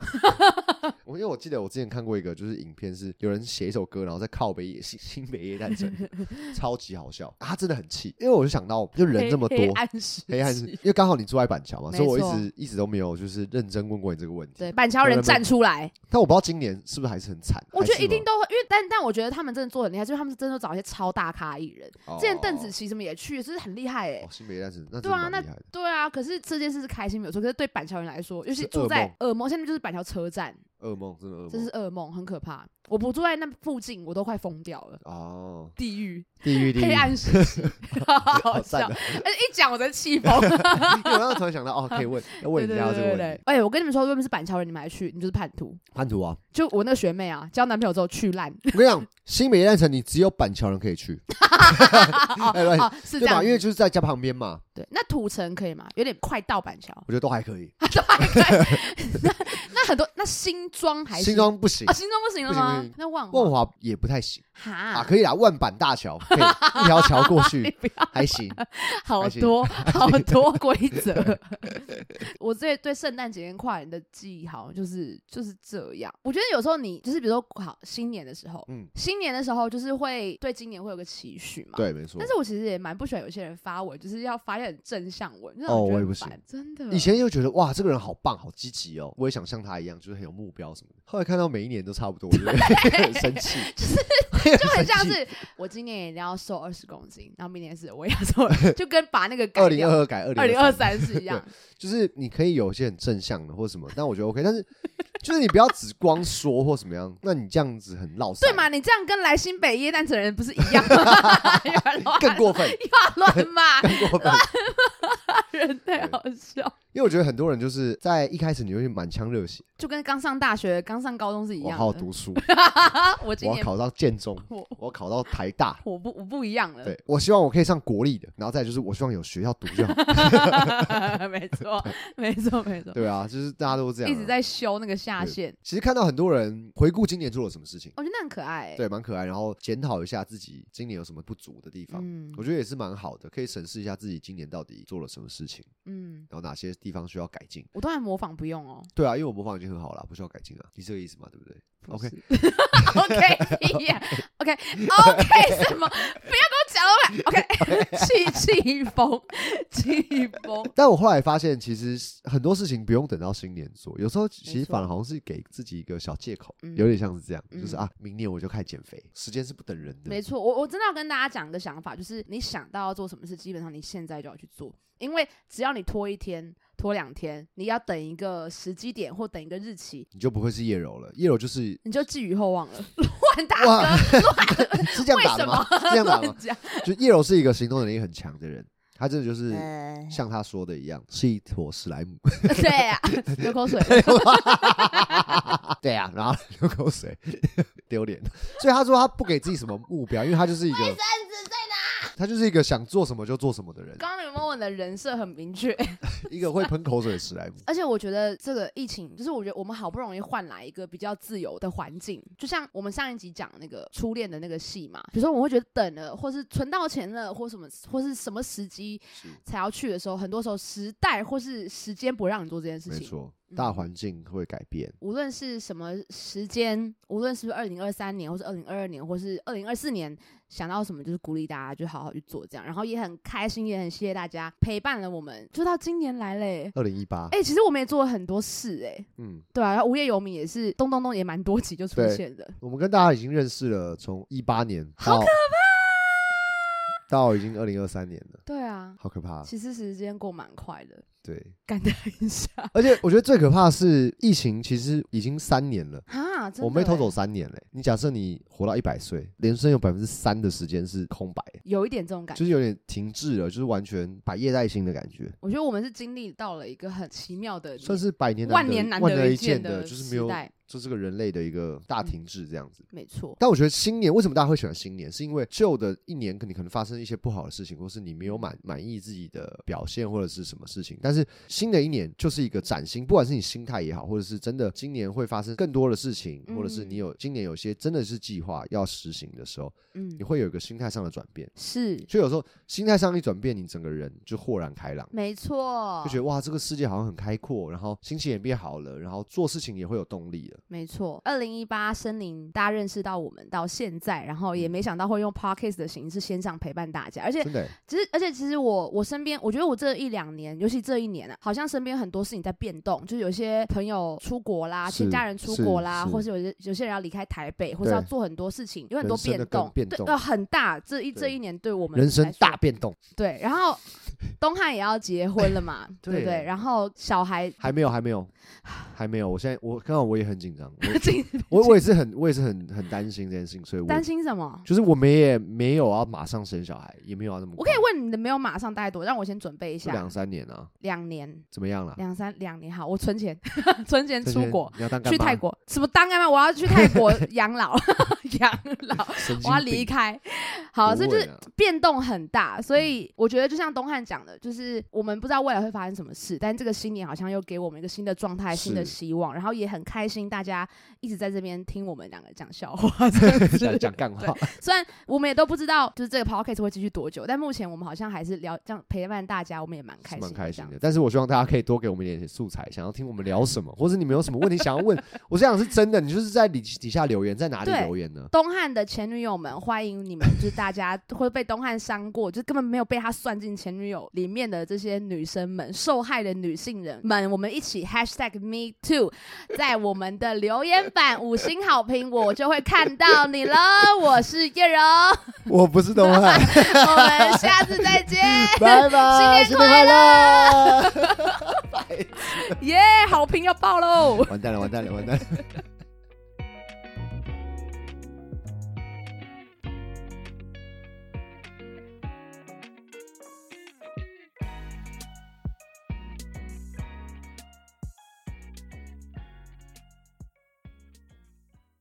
Speaker 1: 我因为我记得我之前看过一个就是影片，是有人写一首歌，然后在靠北野新新北野诞生， 超级好笑。啊他真的很气，因为我就想到就人这么多，
Speaker 2: 黑黑暗时期
Speaker 1: 黑暗是因为刚好你住在板桥嘛，
Speaker 2: 没
Speaker 1: 所以我一
Speaker 2: 错
Speaker 1: 直一直都没有就是认真问过你这个问题。
Speaker 2: 对板桥人
Speaker 1: 人们
Speaker 2: 站出来，
Speaker 1: 但我不知道今年是不是还是很惨，
Speaker 2: 我觉得一定
Speaker 1: 都。
Speaker 2: 都会，因为但但我觉得他们真的做得很厉害，就是他们真的找一些超大咖艺人，
Speaker 1: 哦
Speaker 2: 之前邓紫棋什么也去，就是很厉害哎、
Speaker 1: 哦，新北诞生，那真
Speaker 2: 对
Speaker 1: 的
Speaker 2: 啊
Speaker 1: 蛮，
Speaker 2: 那
Speaker 1: 厉害的。
Speaker 2: 对啊，可是这件事是开心没有错，可是对板桥人来说，尤其
Speaker 1: 是
Speaker 2: 住
Speaker 1: 噩
Speaker 2: 在
Speaker 1: 梦
Speaker 2: 耳膜，现在就是板桥车站，
Speaker 1: 噩梦，真的噩
Speaker 2: 这
Speaker 1: 梦
Speaker 2: 是。噩梦，很可怕。我不住在那附近，我都快疯掉了，
Speaker 1: 哦，
Speaker 2: 地狱
Speaker 1: 地狱地狱
Speaker 2: 黑，暗时期，好好
Speaker 1: 好
Speaker 2: 笑
Speaker 1: 赞啊的。。
Speaker 2: 而且一讲我真气 疯，
Speaker 1: 因为 我刚刚突然想到，哦，可以问，要问
Speaker 2: 对对
Speaker 1: 人
Speaker 2: 对
Speaker 1: 家这个
Speaker 2: 对
Speaker 1: 问
Speaker 2: 对
Speaker 1: 题。。
Speaker 2: 哎、我跟你们说，如果你们是板桥人，你们还去，你就是叛徒。
Speaker 1: 叛徒啊！
Speaker 2: 就我那个学妹啊，交男朋友之后去烂，
Speaker 1: 我跟你讲，新北夜诞城你只有板桥人可以去，
Speaker 2: 哦
Speaker 1: 哎乱
Speaker 2: 哦，是这
Speaker 1: 对
Speaker 2: 样
Speaker 1: 吧？
Speaker 2: 子，
Speaker 1: 因为就是在家旁边嘛，
Speaker 2: 对。那土城可以吗？有点快到板桥。
Speaker 1: 我觉得都还可以。
Speaker 2: 啊那很多那新庄还是
Speaker 1: 新庄不行
Speaker 2: 啊，，新庄不行了
Speaker 1: 不行不
Speaker 2: 吗
Speaker 1: 行？
Speaker 2: 那万
Speaker 1: 万华也不太行啊，
Speaker 2: 哈，
Speaker 1: 可以啦，万板大 桥可以一条桥过
Speaker 2: 你
Speaker 1: 去
Speaker 2: 不要
Speaker 1: 还行。
Speaker 2: 好
Speaker 1: 还行
Speaker 2: 多好多规 则。我这对圣诞节跟跨年的记忆好像就是就是这样。我觉得有时候你就是比如说好新年的时候，
Speaker 1: 嗯，
Speaker 2: 新年的时候就是会对今年会有个期许嘛。。
Speaker 1: 对，没错
Speaker 2: 但。是我其实也蛮不喜欢有些人发文，就是要发一些很正向文，那
Speaker 1: 哦
Speaker 2: 种觉
Speaker 1: 我
Speaker 2: 得
Speaker 1: 也不
Speaker 2: 很
Speaker 1: 行
Speaker 2: 烦，真的。
Speaker 1: 以前就觉得哇，这个人好棒，好积极哦，我也想像他一样，就是很有目标什么的。后来看到每一年都差不多，我觉得 很生气，
Speaker 2: 就很像是我今年也一定要瘦二十公斤，然后明年是我也要瘦20，就 跟把那个改
Speaker 1: 二零
Speaker 2: 掉
Speaker 1: 二二改二
Speaker 2: 二
Speaker 1: 零
Speaker 2: 零二三是一
Speaker 1: 对
Speaker 2: 样。
Speaker 1: 就是你可以有一些很正向的或什么，但我觉得 OK，但是就是你不要只光说或怎么样， 那你这样子很落塞
Speaker 2: 对嘛？你这样跟来新北耶诞城人不是一样吗？ 又要 乱
Speaker 1: 更过 分，
Speaker 2: 又要 乱骂
Speaker 1: 更过分。
Speaker 2: 人，太好笑。
Speaker 1: 因为我觉得很多人就是在一开始你会满腔热血，
Speaker 2: 就跟刚上大学、刚上高中是一
Speaker 1: 我
Speaker 2: 样
Speaker 1: 好好
Speaker 2: 的。
Speaker 1: 读书，
Speaker 2: 我今
Speaker 1: 我要
Speaker 2: 年
Speaker 1: 考到建中，
Speaker 2: 我
Speaker 1: 我要考到台 大。
Speaker 2: 我不我不一样了。
Speaker 1: 对，我希望我可以上国立的，然后再来就是我希望有学校读就好。
Speaker 2: 没错，没错，没错，
Speaker 1: 对啊，就是大家都这样啊、
Speaker 2: 一直在修那个下
Speaker 1: 对
Speaker 2: 限，
Speaker 1: 其实看到很多人回顾今年做了什么事情，
Speaker 2: 我觉得那很可爱欸。
Speaker 1: 对，蛮可爱，然后检讨一下自己今年有什么不足的地方，
Speaker 2: 嗯
Speaker 1: 我觉得也是蛮好的，可以审视一下自己今年到底做了什么事情，
Speaker 2: 嗯，
Speaker 1: 然后哪些地方需要改进。
Speaker 2: 我当然模仿不用哦。
Speaker 1: 对啊，因为我模仿已经很好了，不需要改进啊，你这个意思嘛，对不对？OK
Speaker 2: OK，OK，OK，OK 什么？不要跟我讲了，OK，气气疯，气疯。
Speaker 1: 但我后来发现，其实是很多事情不用等到新年做，有时候其实
Speaker 2: 没错
Speaker 1: 反而好像是给自己一个小借口，
Speaker 2: 嗯
Speaker 1: 有点像是这样，就是
Speaker 2: 嗯
Speaker 1: 啊，明年我就开始减肥，时间是不等人
Speaker 2: 没
Speaker 1: 的。
Speaker 2: 错，我我真的要跟大家讲一个想法，就是你想到要做什么事，基本上你现在就要去做，因为只要你拖一天、拖两天，你要等一个时机点或等一个日期，
Speaker 1: 你就不会是叶柔了，叶柔 就是
Speaker 2: 你就寄予厚望了。 乱打
Speaker 1: 哇
Speaker 2: 嗝，
Speaker 1: 是这样打的吗？是这样打啊的吗
Speaker 2: 乱？讲。
Speaker 1: 就叶柔是一个行动能力很强的人，他真的就是像他说的一样，是一坨史莱姆。
Speaker 2: 对啊，流口水。
Speaker 1: 对啊，然后 流口水，丢脸。所以他说他不给自己什么目标，因为他就是一个他就是一个想做什么就做什么的人，
Speaker 2: 刚刚你们问我的人设很明确，
Speaker 1: 一个会喷口水的史莱姆。
Speaker 2: 而且我觉得这个疫情，就是我觉得我们好不容易换来一个比较自由的环境，就像我们上一集讲那个初恋的那个戏嘛，比如说我们会觉得等了，或是存到钱了，或什么，或是什么时机才要去的时候，很多时候时代或是时间不让你做这件事
Speaker 1: 没
Speaker 2: 情。
Speaker 1: 错，
Speaker 2: 嗯
Speaker 1: 大环境会改变。
Speaker 2: 无论是什么时间，无论是不是二零二三年，或是二零二二年，或是二零二四年，想到什么就是鼓励大家就好好去做这样，然后也很开心，也很谢谢大家陪伴了我们，就到今年来嘞、
Speaker 1: 二零一八，
Speaker 2: 哎、其实我们也做了很多事、哎，
Speaker 1: 嗯，
Speaker 2: 对啊，然后无业游民也是咚咚咚也蛮多集就出
Speaker 1: 对
Speaker 2: 现的，
Speaker 1: 我们跟大家已经认识了，从一八年到到已经二零二三年了，
Speaker 2: 对啊，
Speaker 1: 好可怕。
Speaker 2: 其实时间过蛮快的，
Speaker 1: 对，
Speaker 2: 感叹一下
Speaker 1: 而且我觉得最可怕的是疫情，其实已经三年了。
Speaker 2: 啊，真的
Speaker 1: 我们被偷
Speaker 2: 哎
Speaker 1: 走三年嘞、你假设你活到一百岁，人生有百分之三的时间是空白，
Speaker 2: 有一点这种感觉，
Speaker 1: 就是有点停滞了，就是完全百业待兴的感觉，
Speaker 2: 我觉得我们是经历到了一个很奇妙的
Speaker 1: 算是百年难得
Speaker 2: 万年难
Speaker 1: 万
Speaker 2: 得
Speaker 1: 一
Speaker 2: 见
Speaker 1: 的，
Speaker 2: 的
Speaker 1: 就是
Speaker 2: 时
Speaker 1: 没有，
Speaker 2: 代，嗯
Speaker 1: 就这个人类的一个大停滞这样子。
Speaker 2: 没错，
Speaker 1: 但我觉得新年为什么大家会喜欢新年，是因为旧的一年可能可能发生一些不好的事情，或是你没有满满意自己的表现或者是什么事情。但是新的一年就是一个崭新，不管是你心态也好，或者是真的今年会发生更多的事情，
Speaker 2: 嗯
Speaker 1: 或者是你有今年有些真的是计划要实行的时候，
Speaker 2: 嗯
Speaker 1: 你，会有一个心态上的转变。
Speaker 2: 是
Speaker 1: 所以有时候心态上一转变，你整个人就豁然开朗。
Speaker 2: 没错
Speaker 1: 就，
Speaker 2: 哦
Speaker 1: 觉得哇，这个世界好像很开阔，然后心情也变好了，然后做事情也会有动力了。
Speaker 2: 没错。二零一八森林，大家认识到我们到现在，然
Speaker 1: 嗯
Speaker 2: 后也没想到会用 podcast 的形式线上陪伴大家，而且
Speaker 1: 真的欸，
Speaker 2: 其实，而且其实我我身边，我觉得我这一两年，尤其这一年啊，好像身边很多事情在变动，就是有些朋友出国啦，
Speaker 1: 是
Speaker 2: 其家人出国啦，
Speaker 1: 是是
Speaker 2: 或是有些有些人要离开台北，或是要做很多事情，有很多变
Speaker 1: 人生的
Speaker 2: 动
Speaker 1: 更，变动
Speaker 2: 对，呃，很大。这一
Speaker 1: 对
Speaker 2: 这一年对我们
Speaker 1: 人生
Speaker 2: 来说
Speaker 1: 大变动，
Speaker 2: 对，然 后东汉也要结婚了嘛，
Speaker 1: 对
Speaker 2: 对不对？然后小孩
Speaker 1: 还没有，还没 有，还没有。我现在我刚好我也很紧张，
Speaker 2: 紧
Speaker 1: 我我我也是很我也是很很担心这件事情，所以我
Speaker 2: 担心什么？
Speaker 1: 就是我们也没有要马上生小孩，也没有要那么
Speaker 2: 我可以
Speaker 1: 快
Speaker 2: 问你的没有马上大概多，让我先准备一
Speaker 1: 就
Speaker 2: 下
Speaker 1: 两，啊三年啊，
Speaker 2: 两年。
Speaker 1: 怎么样啦？
Speaker 2: 两三两年好，我存钱， 存钱
Speaker 1: 这
Speaker 2: 出
Speaker 1: 些
Speaker 2: 国，
Speaker 1: 你要当干
Speaker 2: 去
Speaker 1: 妈
Speaker 2: 泰，国，什么当干嘛？我要去泰 国养老， 养老，
Speaker 1: 神
Speaker 2: 我
Speaker 1: 经
Speaker 2: 要
Speaker 1: 病
Speaker 2: 离开。好，
Speaker 1: 不
Speaker 2: 所以就
Speaker 1: 会啊嗯
Speaker 2: 是
Speaker 1: 啦
Speaker 2: 变动很大，所以我觉得就像东汉讲的，就是我们不知道未来会发生什么事，但这个新年好像又给我们一个新的状态、新的
Speaker 1: 是
Speaker 2: 希望，然后也很开心，大家一直在这边听我们两个讲笑话这样子。
Speaker 1: 讲讲干话，
Speaker 2: 虽然我们也都不知道，就是这个 podcast 会继续多久，但目前我们好像还是聊这样陪伴大家，我们也蛮开
Speaker 1: 是蛮
Speaker 2: 心的这样子，
Speaker 1: 开心的。但是我希望大家可以多给我们一点素材，想要听我们 聊什么，或者你们有什么问题想要问，我这样是真的，你就是在底底下留言，在哪里
Speaker 2: 对
Speaker 1: 留言呢？
Speaker 2: 东汉的前女友们，欢迎你们！就是大家会被东汉伤过，就根本没有被他算进前女友里面的这些女生们，受害的女性人们，我们一起 hashtag me too，在我们的留言板五星好评，我就会看到你了。我是叶柔，
Speaker 1: 我不是东 汉，
Speaker 2: 我们下次再 见，
Speaker 1: 拜拜，
Speaker 2: 新年
Speaker 1: 快
Speaker 2: 快
Speaker 1: 乐！
Speaker 2: 耶、好评要爆喽！
Speaker 1: 完蛋了，完蛋了，完蛋了。